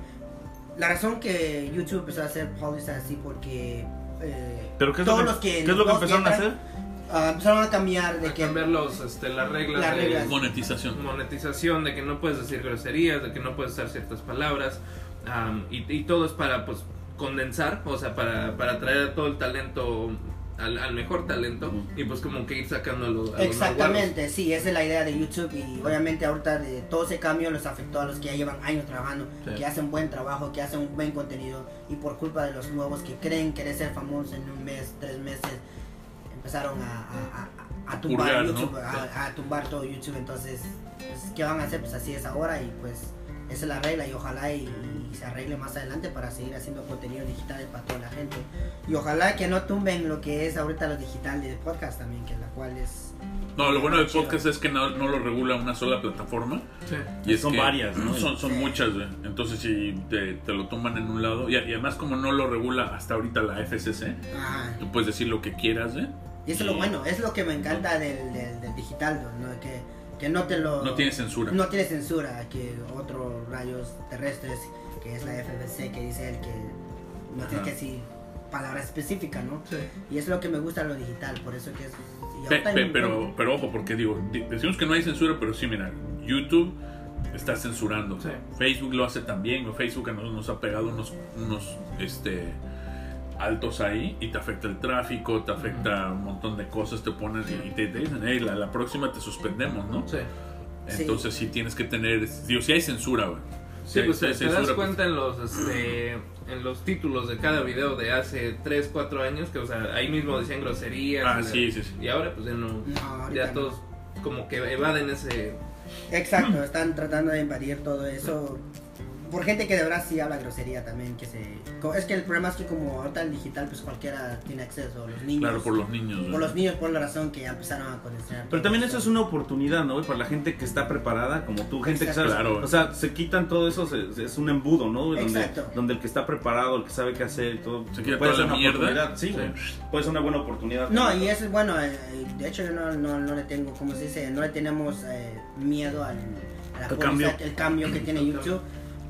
Speaker 3: La razón que YouTube empezó a hacer pólizas así porque... eh,
Speaker 1: ¿Pero qué es,
Speaker 3: todos
Speaker 1: lo, que,
Speaker 3: los que...
Speaker 1: ¿qué es lo que
Speaker 3: todos
Speaker 1: empezaron a
Speaker 3: entran,
Speaker 1: hacer?
Speaker 3: ah, empezaron a cambiar de
Speaker 4: Hay
Speaker 3: que...
Speaker 4: que ver los, este, las reglas
Speaker 3: Las
Speaker 4: de
Speaker 3: reglas.
Speaker 4: de
Speaker 2: Monetización.
Speaker 4: monetización, de que no puedes decir groserías, de que no puedes usar ciertas palabras. am, y, y todo es para, pues, condensar, o sea, para, para atraer a todo el talento al, al mejor talento
Speaker 1: Ujú.
Speaker 4: y pues como que ir sacando a los, a los más
Speaker 3: Exactamente, sí, esa es la idea de YouTube y obviamente ahorita de todo ese cambio los afectó a los que ya llevan años trabajando,
Speaker 4: Sí.
Speaker 3: que hacen buen trabajo, que hacen un buen contenido y por culpa de los nuevos que creen querer ser famosos en un mes, tres meses, empezaron a, a- a- a tumbar
Speaker 2: Purgar, ¿no?
Speaker 3: YouTube, a, a tumbar todo YouTube, entonces, pues, ¿qué van a hacer? Pues así es ahora y pues esa es la regla y ojalá y, y se arregle más adelante para seguir haciendo contenido digital para toda la gente. Y ojalá que no tumben lo que es ahorita lo digital de podcast también, que la cual es...
Speaker 2: No, lo bueno del podcast es que no, no lo regula una sola plataforma.
Speaker 4: guapos. Sí.
Speaker 2: Y
Speaker 1: Pues
Speaker 2: es
Speaker 1: Son
Speaker 2: que
Speaker 1: varias, ¿no?
Speaker 2: Son, son
Speaker 3: Sí.
Speaker 2: muchas, güey. Entonces, si te, te lo toman en un lado, y, y además, como no lo regula hasta ahorita la FCC,
Speaker 3: Ajá.
Speaker 2: tú puedes decir lo que quieras, ¿eh?
Speaker 3: Y eso es lo bueno, es lo que me encanta del, del- del digital, ¿no? ¿no? Que, que no te lo...
Speaker 2: No tiene censura.
Speaker 3: No tiene censura, que otros rayos terrestres, que es la FBC, que dice el que no
Speaker 2: Ajá.
Speaker 3: tiene que decir palabras específicas, ¿no?
Speaker 4: Sí.
Speaker 3: Y es lo que me gusta lo digital, por eso que es... y
Speaker 2: Pe-
Speaker 3: ahorita hay
Speaker 2: pe-
Speaker 3: un-
Speaker 2: pero, pero ojo, porque digo, di- decimos que no hay censura, pero sí, mira, YouTube está censurando.
Speaker 4: Sí.
Speaker 2: Facebook lo hace también. ¿no? Facebook a nos, nos ha pegado unos, unos este, altos ahí y te afecta el tráfico, te afecta un montón de cosas, te ponen y te, te dicen, hey, la, la próxima te suspendemos, ¿no?
Speaker 4: Sí.
Speaker 3: Sí.
Speaker 2: Entonces sí tienes que tener, digo, si hay censura, güey. Si
Speaker 4: Sí,
Speaker 2: hay-
Speaker 4: pues
Speaker 2: si
Speaker 4: te,
Speaker 2: hay
Speaker 4: te das
Speaker 2: censura, pues,
Speaker 4: cuenta en los este, en los títulos de cada video de hace 3, 4 años que o sea, ahí mismo decían groserías.
Speaker 2: Ah,
Speaker 4: y-
Speaker 2: sí, sí, sí.
Speaker 4: Y ahora pues ya no
Speaker 3: No, ahorita
Speaker 4: ya
Speaker 3: no.
Speaker 4: todos como que evaden ese
Speaker 3: Exacto, están tratando de invadir todo eso por gente que de verdad sí habla grosería también, que se... co- Es que el problema es que como ahorita el digital, pues cualquiera tiene acceso, los
Speaker 2: pues,
Speaker 3: niños...
Speaker 2: Claro, por los niños. güey.
Speaker 3: por los niños, por la razón que ya empezaron a condicionar.
Speaker 1: Pero también eso es una oportunidad, ¿no? güey? Para la gente que está preparada, como tú, gente que sabe.
Speaker 2: Exacto. Claro.
Speaker 1: O sea, se quitan todo eso, se- se- es un embudo, ¿no? güey? Donde,
Speaker 3: Exacto.
Speaker 1: donde el que está preparado, el que sabe qué hacer y todo.
Speaker 2: Se quita
Speaker 1: puede
Speaker 2: toda
Speaker 1: ser
Speaker 2: la
Speaker 1: una
Speaker 2: mierda.
Speaker 1: oportunidad, Sí, güey. Puede ser una buena oportunidad.
Speaker 3: No, y eso es bueno, eh, de hecho yo no, no, no le tengo, como se dice, no le tenemos eh, miedo al a la
Speaker 1: Al
Speaker 3: póliza,
Speaker 1: cambio.
Speaker 3: el cambio que tiene YouTube,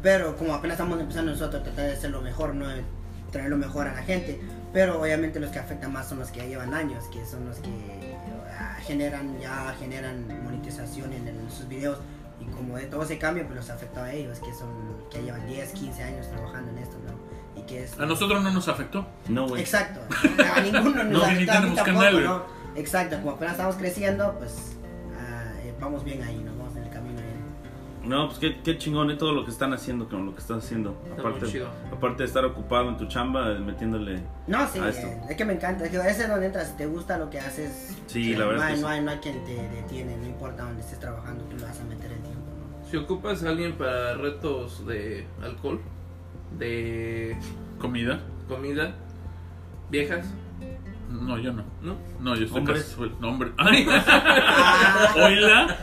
Speaker 3: pero como apenas estamos empezando nosotros, tratar de hacer lo mejor, no De traer lo mejor a la gente, pero obviamente los que afectan más son los que ya llevan años, que son los que eh, generan, ya generan monetización en, en sus videos, y como de todo ese cambio, pues los afecta a ellos, que son, que llevan 10, 15 años trabajando en esto, ¿no? Y que es...
Speaker 2: A nosotros no nos afectó.
Speaker 1: No, güey.
Speaker 3: Exacto. A ninguno
Speaker 2: No, ni
Speaker 3: nos afecta, a mí
Speaker 2: tenemos
Speaker 3: tampoco,
Speaker 2: canal,
Speaker 3: ¿no? Exacto, como apenas estamos creciendo, pues ah, eh, vamos bien ahí, nos vamos en el camino bien.
Speaker 1: No, pues qué, qué chingón es todo lo que están haciendo, con lo que están haciendo.
Speaker 4: Está muy
Speaker 1: Aparte,
Speaker 4: chido.
Speaker 1: aparte de estar ocupado en tu chamba, eh, metiéndole.
Speaker 3: No, sí,
Speaker 1: Ah, esto.
Speaker 3: eh, es que me encanta, es que ese es donde entras, si te gusta lo que haces,
Speaker 1: Sí,
Speaker 3: eh,
Speaker 1: la verdad
Speaker 3: no,
Speaker 1: es
Speaker 3: hay,
Speaker 1: que
Speaker 3: no,
Speaker 1: sí.
Speaker 3: hay, no hay quien te detiene, no importa donde estés trabajando, tú le vas a meter el tiempo. ¿no?
Speaker 4: Si ocupas a alguien para retos de alcohol, de
Speaker 2: Comida.
Speaker 4: comida, viejas,
Speaker 2: No, yo no.
Speaker 4: ¿no?
Speaker 2: No, yo estoy
Speaker 1: Hombres.
Speaker 2: casi suel- no, hombre. Ay,
Speaker 3: Ah,
Speaker 2: oila,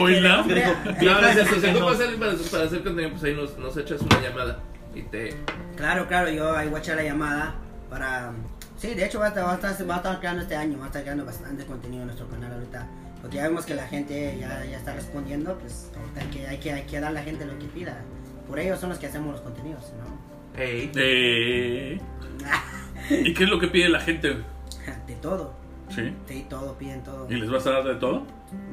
Speaker 2: oila.
Speaker 3: Hombre,
Speaker 4: No, no, si-
Speaker 1: Viejas,
Speaker 4: si
Speaker 1: no.
Speaker 4: ocupas a alguien para, para hacer contenido, pues ahí nos, nos echas una llamada y te
Speaker 3: Claro, claro, yo ahí voy a echar la llamada para... Sí, de hecho va a, estar, va, a estar, va a estar creando este año, va a estar creando bastante contenido en nuestro canal ahorita. Porque ya vemos que la gente ya, ya está respondiendo, pues ahorita hay que, hay, que, hay que dar a la gente lo que pida. Por ellos son los que hacemos los contenidos, ¿no?
Speaker 4: hey,
Speaker 2: Eh, ¿Y qué es lo que pide la gente?
Speaker 3: De todo,
Speaker 2: ¿Sí?
Speaker 3: de todo, piden todo.
Speaker 2: ¿Y les vas a dar de todo?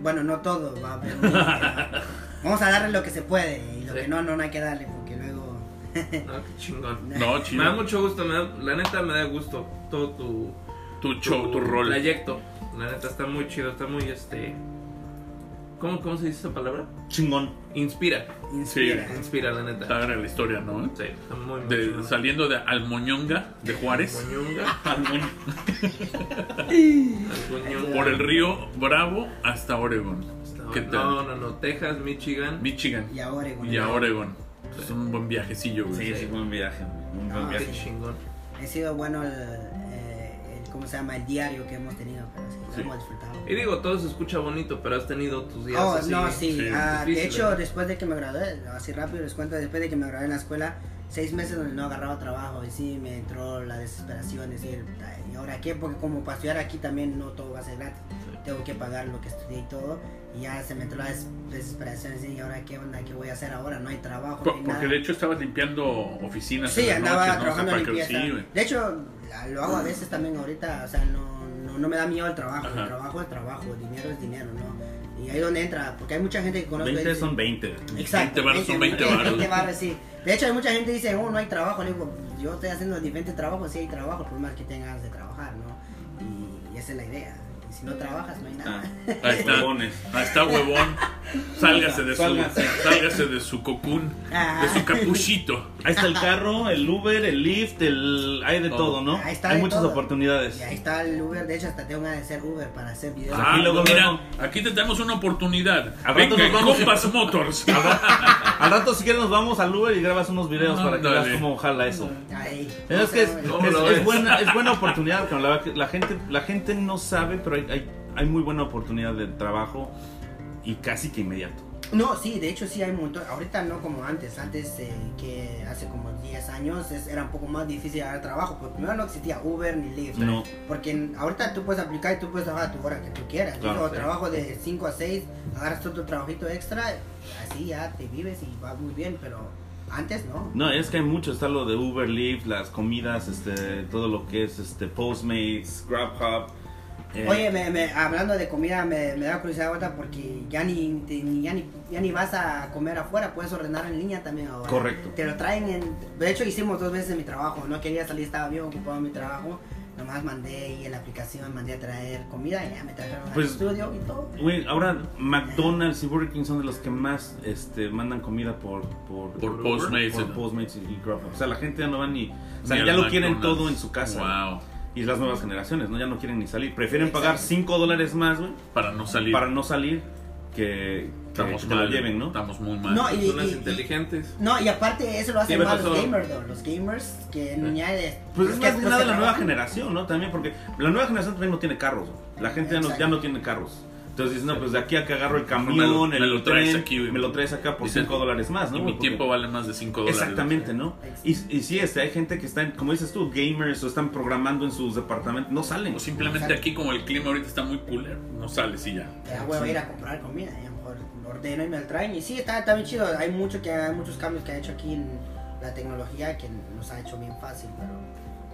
Speaker 3: Bueno, no todo, va a haber uno que- Vamos a darle lo que se puede y lo
Speaker 4: Sí.
Speaker 3: que no, no, no hay que darle porque luego...
Speaker 4: no, qué chingón.
Speaker 2: No,
Speaker 4: Me da
Speaker 2: chido.
Speaker 4: mucho gusto, me da- la neta me da gusto todo tu,
Speaker 2: Tu show, tu rol.
Speaker 4: Proyecto. La neta está muy chido, está muy este. ¿Cómo, cómo se dice esa palabra?
Speaker 1: Chingón.
Speaker 4: Inspira,
Speaker 3: Inspira. ¿eh?
Speaker 4: inspira, la neta.
Speaker 2: Está grave la historia, ¿no?
Speaker 4: Sí, está muy, muy
Speaker 2: De,
Speaker 4: chido.
Speaker 2: saliendo de Almoñonga, de Juárez,
Speaker 4: Moñonga, Moñonga.
Speaker 2: por el río Bravo hasta Oregon. ¿Qué tal?
Speaker 4: No, no, no, Texas, Michigan.
Speaker 2: Michigan
Speaker 3: Y ahora, bueno,
Speaker 2: y a Oregon. Es un buen viajecillo, güey.
Speaker 1: Sí, sí, buen viaje, güey, Un buen
Speaker 3: Ah,
Speaker 1: viaje.
Speaker 4: Qué chingón.
Speaker 3: Ha sido bueno el, eh, el- ¿cómo se llama? El diario que hemos tenido, pero sí, lo
Speaker 2: Sí.
Speaker 3: hemos disfrutado.
Speaker 4: Y digo, todo se escucha bonito, pero has tenido tus días
Speaker 3: Oh,
Speaker 4: Eh, así.
Speaker 3: no, sí.
Speaker 2: sí,
Speaker 3: ah, de
Speaker 4: difíciles.
Speaker 3: hecho, después de que me gradué, así rápido les cuento, después de que me gradué en la escuela, seis meses donde no agarraba trabajo y sí me entró la desesperación, es decir, "Ay, ¿y ahora qué? Porque como para estudiar aquí también no todo va a ser gratis, tengo que pagar lo que estudié y todo, y ya se me entró la des- desesperación, es decir, ¿y ahora qué onda? ¿Qué voy a hacer ahora? No hay trabajo, no
Speaker 2: Po-
Speaker 3: hay
Speaker 2: Porque
Speaker 3: nada.
Speaker 2: de hecho estabas limpiando oficinas. en
Speaker 3: Sí,
Speaker 2: la
Speaker 3: andaba
Speaker 2: noche, ¿no?
Speaker 3: trabajando
Speaker 2: Para
Speaker 3: en
Speaker 2: que-
Speaker 3: limpieza.
Speaker 2: sí, güey.
Speaker 3: de hecho, la- lo hago a veces también ahorita, o sea, no, no, no me da miedo el trabajo,
Speaker 2: Ajá.
Speaker 3: el trabajo es trabajo, el dinero es dinero, ¿no? Y ahí donde entra, porque hay mucha gente que conoce...
Speaker 1: 20 son 20.
Speaker 2: 20
Speaker 3: Exacto.
Speaker 2: varos son 20 varos.
Speaker 3: 20 varos, sí. De hecho, hay mucha gente que dice, oh, no hay trabajo. Le digo, yo estoy haciendo diferentes trabajos, sí hay trabajo, por más que tengas de trabajar, ¿no? Y esa es la idea. Y si no trabajas, no hay
Speaker 1: Ah,
Speaker 3: nada.
Speaker 2: Ahí está.
Speaker 1: huevones.
Speaker 2: Ahí está, huevón. Sálgase de su,
Speaker 1: Sálgase.
Speaker 2: sálgase de su cocún,
Speaker 3: Ah.
Speaker 2: de su capuchito.
Speaker 1: Ahí está el carro, el Uber, el Lyft, el... hay de
Speaker 2: Todo.
Speaker 1: todo, ¿no?
Speaker 3: Ahí está
Speaker 1: hay
Speaker 3: de
Speaker 1: muchas
Speaker 3: todo.
Speaker 1: oportunidades.
Speaker 3: Y ahí está el Uber, de hecho hasta tengo ganas de ser Uber para hacer videos.
Speaker 1: Ah,
Speaker 2: Ah,
Speaker 1: luego,
Speaker 2: mira,
Speaker 1: luego.
Speaker 2: aquí te tenemos una oportunidad.
Speaker 1: Al rato
Speaker 2: Venga,
Speaker 1: nos vamos.
Speaker 2: Compass Motors.
Speaker 1: Al rato si quieres nos vamos al Uber y grabas unos videos para que
Speaker 2: Ándale.
Speaker 1: veas cómo jala eso.
Speaker 3: Ahí.
Speaker 1: Es que es,
Speaker 4: ¿Cómo
Speaker 1: es-
Speaker 4: lo
Speaker 1: es
Speaker 4: ves?
Speaker 1: buena, es buena oportunidad, cabrón. La, verdad que la gente, la gente no sabe, pero hay, hay, hay muy buena oportunidad de trabajo y casi que inmediato.
Speaker 3: No, sí, de hecho sí hay un montón. Ahorita no como antes. Antes, eh, que hace como 10 años, es- era un poco más difícil dar trabajo. Porque primero no existía Uber ni Lyft.
Speaker 1: No.
Speaker 3: Porque en- ahorita tú puedes aplicar y tú puedes trabajar a tu hora que tú quieras. Yo
Speaker 1: Claro, sí.
Speaker 3: trabajo de 5 a 6, agarras todo tu trabajito extra, así ya te vives y va muy bien. Pero antes no.
Speaker 1: No, es que hay mucho, está lo de Uber, Lyft, las comidas, este, todo lo que es este Postmates, Grubhub. eh,
Speaker 3: Oye, me, me- hablando de comida, me, me da curiosidad ahorita porque ya ni, te- ni- ya, ni, ya ni vas a comer afuera, puedes ordenar en línea también ahora.
Speaker 1: Correcto.
Speaker 3: Te lo traen en... De hecho, hicimos dos veces en mi trabajo, no quería salir, estaba bien ocupado en mi trabajo. Nomás mandé ahí en la aplicación, mandé a traer comida y ya me trajeron
Speaker 1: Pues-
Speaker 3: al estudio y todo.
Speaker 1: Güey, ahora McDonald's y Burger King son de los que más este, mandan comida por, por,
Speaker 2: Por Postmates,
Speaker 1: por
Speaker 2: ¿no?
Speaker 1: Postmates y Grubhub. O sea, la gente ya no va ni. O sea,
Speaker 2: Ni
Speaker 1: ya
Speaker 2: al
Speaker 1: lo quieren
Speaker 2: McDonald's.
Speaker 1: todo en su casa.
Speaker 2: Wow.
Speaker 1: Y las nuevas generaciones, ¿no? Ya no quieren ni salir. Prefieren
Speaker 3: Exacto.
Speaker 1: pagar 5 dólares más, güey,
Speaker 2: Para no salir.
Speaker 1: para no salir que, que, que
Speaker 2: estamos
Speaker 1: te lo
Speaker 2: mal.
Speaker 1: lleven, ¿no?
Speaker 2: Estamos muy mal.
Speaker 3: No, y-
Speaker 4: Personas
Speaker 3: y- y-
Speaker 4: inteligentes.
Speaker 3: No, y aparte eso lo hacen
Speaker 4: me
Speaker 3: más los
Speaker 4: pasó.
Speaker 3: gamers, ¿no? los gamers que ya de...
Speaker 1: Pues es
Speaker 3: que
Speaker 1: más que nada
Speaker 3: no se
Speaker 1: la nueva
Speaker 3: trabajan.
Speaker 1: generación, ¿no? También porque la nueva generación también no tiene carros. güey. La gente ya no,
Speaker 3: Exacto.
Speaker 1: ya no tiene carros. Entonces dicen, no, pues de aquí a que agarro el camión,
Speaker 2: Me lo-
Speaker 1: el
Speaker 2: me lo traes
Speaker 1: tren,
Speaker 2: aquí, güey.
Speaker 1: me lo traes acá por
Speaker 2: Dices,
Speaker 1: 5 dólares más, ¿no?
Speaker 2: Y
Speaker 1: güey?
Speaker 2: mi
Speaker 1: Porque-
Speaker 2: tiempo vale más de 5 dólares.
Speaker 1: Exactamente, ¿no? Y, y sí, este, hay gente que está, en- como dices tú, gamers o están programando en sus departamentos, no salen.
Speaker 2: O simplemente aquí, como el clima ahorita está muy cooler, no sales y ya.
Speaker 3: Ya voy a ir a comprar comida, ya mejor ordeno y me la traen. Y sí, está, está bien chido. Hay mucho que hay muchos cambios que ha hecho aquí en la tecnología que nos ha hecho bien fácil, pero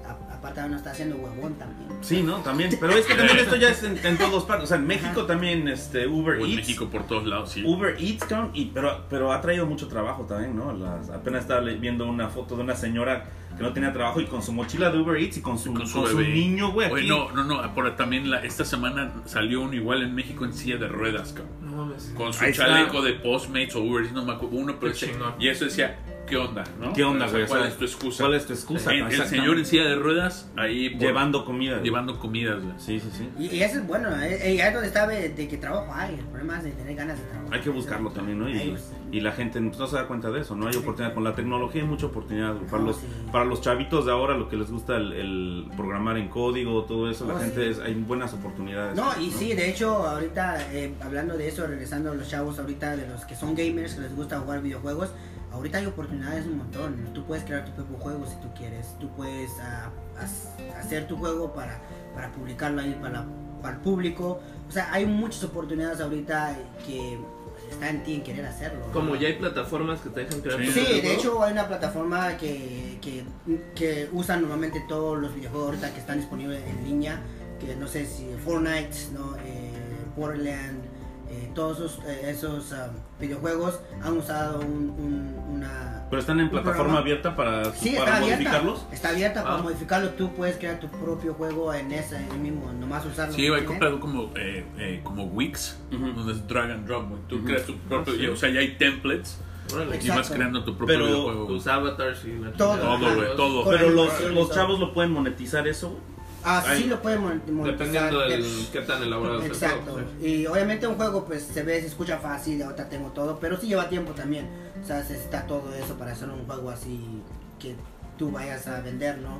Speaker 3: a- aparte ahora nos está haciendo huevón también.
Speaker 1: Sí, ¿no? También, pero es que también esto ya es en, en todos partes. O sea, en México
Speaker 3: Ajá.
Speaker 1: también este, Uber
Speaker 2: O en
Speaker 1: Eats.
Speaker 2: México por todos lados, sí.
Speaker 1: Uber Eats, cabrón, y, pero, pero ha traído mucho trabajo también, ¿no? Las- apenas estaba le- viendo una foto de una señora que no tenía trabajo y con su mochila de Uber Eats y con su,
Speaker 2: con su,
Speaker 1: con su
Speaker 2: bebé.
Speaker 1: niño, güey.
Speaker 2: Oye,
Speaker 1: aquí.
Speaker 2: no, no, no. por- también la- esta semana salió uno igual en México en silla de ruedas, cabrón.
Speaker 4: No mames.
Speaker 2: Con su
Speaker 1: Ahí está.
Speaker 2: chaleco de Postmates o Uber, Eats, no me acuerdo. Uno, pero
Speaker 4: Qué
Speaker 2: ese-
Speaker 4: chingón.
Speaker 2: y eso decía, ¿qué onda, no?
Speaker 1: ¿Qué onda,
Speaker 2: O sea,
Speaker 1: güey? O
Speaker 2: ¿Cuál
Speaker 1: sea,
Speaker 2: es tu excusa?
Speaker 1: ¿Cuál es tu excusa?
Speaker 2: El- el,
Speaker 1: Exactamente.
Speaker 2: señor en silla de ruedas ahí por-
Speaker 1: Llevando comida. güey.
Speaker 2: llevando comidas, güey.
Speaker 1: Sí, sí, sí.
Speaker 3: Y, y eso es bueno, eh, y ahí es donde está de, de que trabajo hay. El problema es de tener ganas de trabajar.
Speaker 1: Hay que buscarlo también, ¿no?
Speaker 3: Ahí
Speaker 1: Y, pues,
Speaker 3: es.
Speaker 1: y la gente no se da cuenta de eso, ¿no? Hay oportunidad con la tecnología, hay mucha oportunidad. güey. Para
Speaker 3: No,
Speaker 1: los,
Speaker 3: Ah, sí.
Speaker 1: para los chavitos de ahora, lo que les gusta el, el programar en código, todo eso, la
Speaker 3: No,
Speaker 1: gente
Speaker 3: Ah, sí.
Speaker 1: es, hay buenas oportunidades.
Speaker 3: No, y sí, de hecho, ahorita eh, hablando de eso, regresando a los chavos ahorita de los que son gamers, que les gusta jugar videojuegos, ahorita hay oportunidades un montón. Tú puedes crear tu propio juego si tú quieres, tú puedes ah, ha- hacer tu juego para, para publicarlo ahí para, para el público. O sea, hay muchas oportunidades ahorita que pues, está en ti en querer hacerlo. ¿no?
Speaker 4: Como ya hay plataformas que te dejan crear
Speaker 2: Sí.
Speaker 4: tu
Speaker 3: Sí,
Speaker 4: videojuego.
Speaker 3: de hecho hay una plataforma que, que, que usan normalmente todos los videojuegos ahorita que están disponibles en línea, que no sé si Fortnite, ¿no? Eh, Borderland, eh, todos esos, eh, esos ah, videojuegos han usado un- un- una...
Speaker 1: Pero están en
Speaker 3: Un
Speaker 1: plataforma
Speaker 3: programa.
Speaker 1: abierta para,
Speaker 3: Sí,
Speaker 1: para
Speaker 3: está abierta.
Speaker 1: modificarlos.
Speaker 3: Está abierta para
Speaker 4: Ah.
Speaker 3: modificarlo. Tú puedes crear tu propio juego en ese en el mismo, nomás usarlo.
Speaker 2: Sí, hay comprado como, eh, eh, como Wix,
Speaker 1: Ujú.
Speaker 2: donde es drag and drop, güey. Tú
Speaker 1: Ujú.
Speaker 2: creas tu propio,
Speaker 4: Ah, sí.
Speaker 2: o sea, ya hay templates
Speaker 4: Órale.
Speaker 2: y vas
Speaker 3: Exacto.
Speaker 2: creando tu propio
Speaker 1: Pero
Speaker 2: videojuego. güey.
Speaker 4: Tus avatars y la
Speaker 3: Todo,
Speaker 4: chingada.
Speaker 3: Todo,
Speaker 2: güey, todo.
Speaker 3: Con
Speaker 1: Pero los,
Speaker 3: animaciones y
Speaker 1: los
Speaker 3: todo.
Speaker 1: chavos lo pueden monetizar eso. güey. Ahí.
Speaker 3: Así lo puedes monetizar.
Speaker 4: Dependiendo del
Speaker 3: Dep-
Speaker 4: qué tan elaborado sea el
Speaker 3: Exacto.
Speaker 4: juego, sí.
Speaker 3: Y obviamente un juego pues se ve, se escucha fácil, ahorita tengo todo, pero sí lleva tiempo también. O sea, se necesita todo eso para hacer un juego así que tú vayas a vender, ¿no?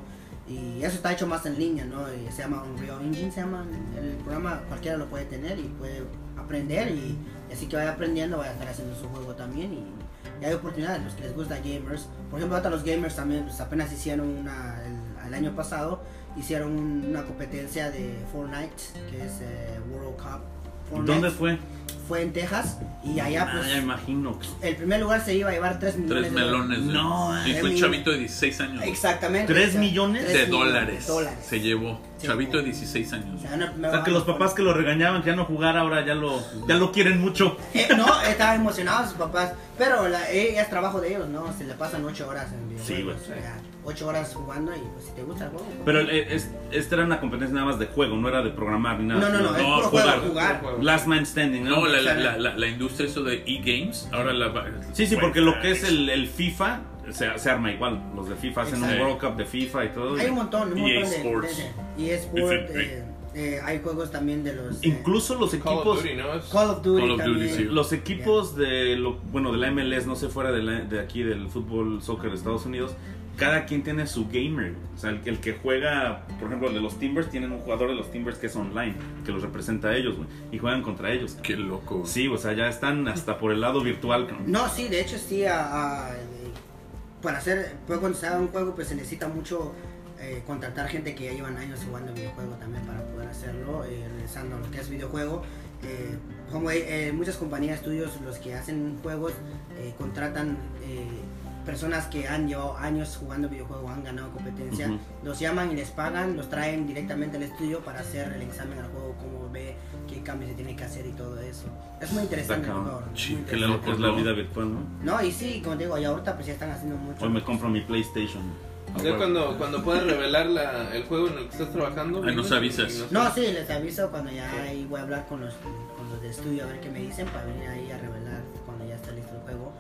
Speaker 3: Y eso está hecho más en línea, ¿no? Y se llama Unreal Engine, se llama el programa, cualquiera lo puede tener y puede aprender y, y así que vaya aprendiendo, vaya a estar haciendo su juego también y, y hay oportunidades, los que les gusta gamers. Por ejemplo, ahorita los gamers también pues, apenas hicieron una, el, el año pasado hicieron un- una competencia de Fortnite, que es eh, World Cup. Fortnite
Speaker 1: ¿Dónde fue?
Speaker 3: fue en Texas y allá
Speaker 1: ah, ya
Speaker 3: pues
Speaker 1: imagino.
Speaker 3: el primer lugar se iba a llevar 3 millones.
Speaker 2: Tres
Speaker 3: de dólares.
Speaker 2: melones. güey.
Speaker 1: No,
Speaker 2: y
Speaker 3: eh,
Speaker 2: fue un
Speaker 3: mi-
Speaker 2: chavito de 16 años güey,
Speaker 3: Exactamente.
Speaker 1: ¿Tres
Speaker 3: o sea,
Speaker 1: millones?
Speaker 2: de
Speaker 3: tres millones
Speaker 2: dólares.
Speaker 3: dólares.
Speaker 2: Se llevó.
Speaker 3: Sí,
Speaker 2: Chavito de 16 años.
Speaker 3: O sea, no- me
Speaker 1: O sea, que
Speaker 3: va-
Speaker 1: los papás que lo regañaban que ya no jugara ahora ya lo, ya lo quieren mucho.
Speaker 3: Eh, no, estaban emocionados sus papás. Pero la, eh, es trabajo de ellos, ¿no? Se le pasan 8 horas en
Speaker 1: Sí, güey.
Speaker 3: videojuegos. o sea, 8 horas jugando y pues si te gusta el juego. pues.
Speaker 1: Pero eh, es- esta era una competencia nada más de juego, no era de programar ni nada.
Speaker 3: no, no,
Speaker 1: sino
Speaker 3: no, es
Speaker 2: no,
Speaker 3: puro
Speaker 1: jugar.
Speaker 3: juego, jugar.
Speaker 4: Puro
Speaker 1: Last Man Standing, ¿no?
Speaker 2: No, la, la, la, la, la industria eso de e-games, ahora la... va-
Speaker 1: Sí, sí,
Speaker 2: bueno,
Speaker 1: porque lo que es el, el FIFA se, se arma igual. Los de FIFA hacen
Speaker 3: Exacto.
Speaker 1: un World Cup de FIFA y todo.
Speaker 3: Hay un montón, un
Speaker 2: EA
Speaker 3: montón de-
Speaker 2: E Sports.
Speaker 3: de. Y Sport,
Speaker 2: It's a-
Speaker 3: eh, eh, hay juegos también de los. eh,
Speaker 1: Incluso los
Speaker 4: Call of
Speaker 1: equipos.
Speaker 4: Duty, ¿no? Es-
Speaker 3: Call of Duty.
Speaker 2: Call of Duty,
Speaker 3: también.
Speaker 2: sí.
Speaker 1: Los equipos de lo, bueno de la MLS, no sé fuera de, la- de aquí del fútbol soccer de Estados Unidos, cada quien tiene su gamer. O sea, el, el que juega, por ejemplo, el de los Timbers, tienen un jugador de los Timbers que es online, que los representa a ellos, güey, y juegan contra ellos.
Speaker 2: Qué loco.
Speaker 1: Sí, o sea, ya están hasta por el lado virtual. cabrón.
Speaker 3: No, sí, de hecho sí, a- a- para hacer, pues, cuando se haga un juego pues se necesita mucho eh, contratar gente que ya llevan años jugando videojuego también para poder hacerlo, eh, regresando a lo que es videojuego. eh, como hay, eh, muchas compañías, estudios, los que hacen juegos, eh, contratan eh, personas que han llevado años jugando videojuegos, han ganado competencia,
Speaker 1: Ujú.
Speaker 3: los llaman y les pagan, los traen directamente al estudio para hacer el examen al juego, cómo ve, qué cambios se tiene que hacer y todo eso. Es muy interesante.
Speaker 1: cabrón.
Speaker 3: el juego, muy
Speaker 2: Sí, que
Speaker 1: Que
Speaker 2: la
Speaker 3: interesante.
Speaker 1: la loca es la vida virtual, ¿no?
Speaker 3: No, y sí, como te digo, ya ahorita pues ya están haciendo mucho.
Speaker 1: Hoy me compro mi PlayStation.
Speaker 4: O sea, cuando, cuando puedas revelar la- el juego en el que estás trabajando.
Speaker 2: Ah, nos
Speaker 4: ¿no?
Speaker 2: avisas.
Speaker 4: Y
Speaker 3: No, sí, les aviso cuando ya ahí voy a hablar con los, con los de estudio a ver qué me dicen para venir ahí a revelar cuando ya está listo el juego.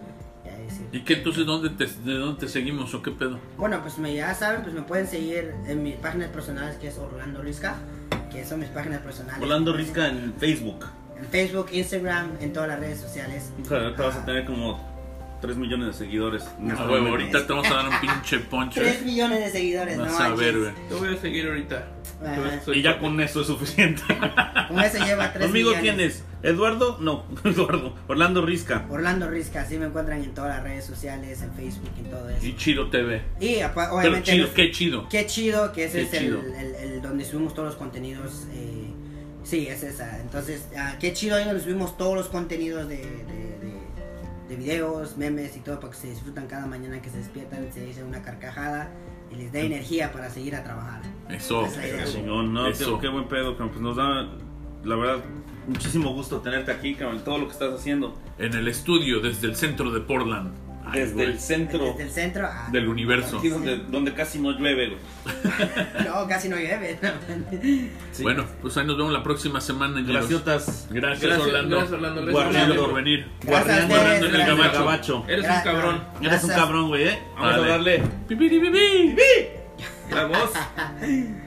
Speaker 3: Y ahí sí.
Speaker 2: ¿Y qué entonces dónde te, de dónde te seguimos o qué pedo?
Speaker 3: Bueno, pues me, ya saben, pues me pueden seguir en mis páginas personales que es Orlando Risca, que son mis páginas personales.
Speaker 1: Volando Risca en Facebook.
Speaker 3: En Facebook, Instagram, en todas las redes sociales.
Speaker 1: O sea, ahorita vas a tener como 3 millones de seguidores.
Speaker 2: Ah, huevo, ahorita te vamos a dar un pinche poncho.
Speaker 3: 3 millones de
Speaker 1: pues,
Speaker 3: seguidores,
Speaker 2: Vas
Speaker 3: no
Speaker 2: a ver,
Speaker 3: manches.
Speaker 2: güey.
Speaker 4: Yo voy a seguir ahorita.
Speaker 3: Ajá.
Speaker 4: Yo soy-
Speaker 1: Y ya con eso es suficiente.
Speaker 3: Con eso lleva 3
Speaker 1: Conmigo
Speaker 3: millones.
Speaker 1: quién es? Eduardo, no, Eduardo, Orlando Risca.
Speaker 3: Orlando Risca, así me encuentran en todas las redes sociales, en Facebook, en todo eso.
Speaker 2: Y Chido TV.
Speaker 3: Y apa-
Speaker 2: Pero
Speaker 3: obviamente
Speaker 2: chido, qué chido.
Speaker 3: Qué chido que ese
Speaker 2: Qué
Speaker 3: es el-
Speaker 2: chido.
Speaker 3: El, el donde subimos todos los contenidos. eh, sí, es esa. Entonces, ah, qué chido ahí donde subimos todos los contenidos de, de, de- de videos, memes y todo para que se disfrutan cada mañana que se despiertan, se echen una carcajada y les dé energía para seguir a trabajar.
Speaker 2: Eso.
Speaker 1: Pues,
Speaker 3: Esa idea.
Speaker 1: Chingón, no,
Speaker 2: Eso.
Speaker 1: tío, qué buen pedo, cabrón. Pues nos da, la verdad, muchísimo gusto tenerte aquí, cabrón, todo lo que estás haciendo.
Speaker 2: En el estudio, desde el centro de Portland. Ay,
Speaker 1: Desde
Speaker 2: güey.
Speaker 1: el centro
Speaker 3: Desde el centro ah, a-
Speaker 2: del universo.
Speaker 1: aquí donde, donde casi no llueve, güey.
Speaker 3: No, casi no llueve.
Speaker 1: Sí.
Speaker 2: Bueno, pues ahí nos vemos la próxima semana. ñeros.
Speaker 1: graciotas.
Speaker 2: Gracias,
Speaker 4: Gracias,
Speaker 2: Orlando.
Speaker 4: gracias, Orlando. Gracias,
Speaker 1: Guardián
Speaker 2: Gracias
Speaker 4: Orlando.
Speaker 2: por venir.
Speaker 3: Gracias a
Speaker 1: Guardián
Speaker 3: ustedes,
Speaker 1: guardando en el
Speaker 3: gracias.
Speaker 1: gabacho.
Speaker 4: Eres un
Speaker 3: Gracias.
Speaker 4: cabrón.
Speaker 1: Eres un
Speaker 3: Gracias.
Speaker 1: cabrón, güey, ¿eh? Vamos
Speaker 2: Dale.
Speaker 1: a darle
Speaker 2: Pi, pi, pi, pi, pi.
Speaker 1: la voz.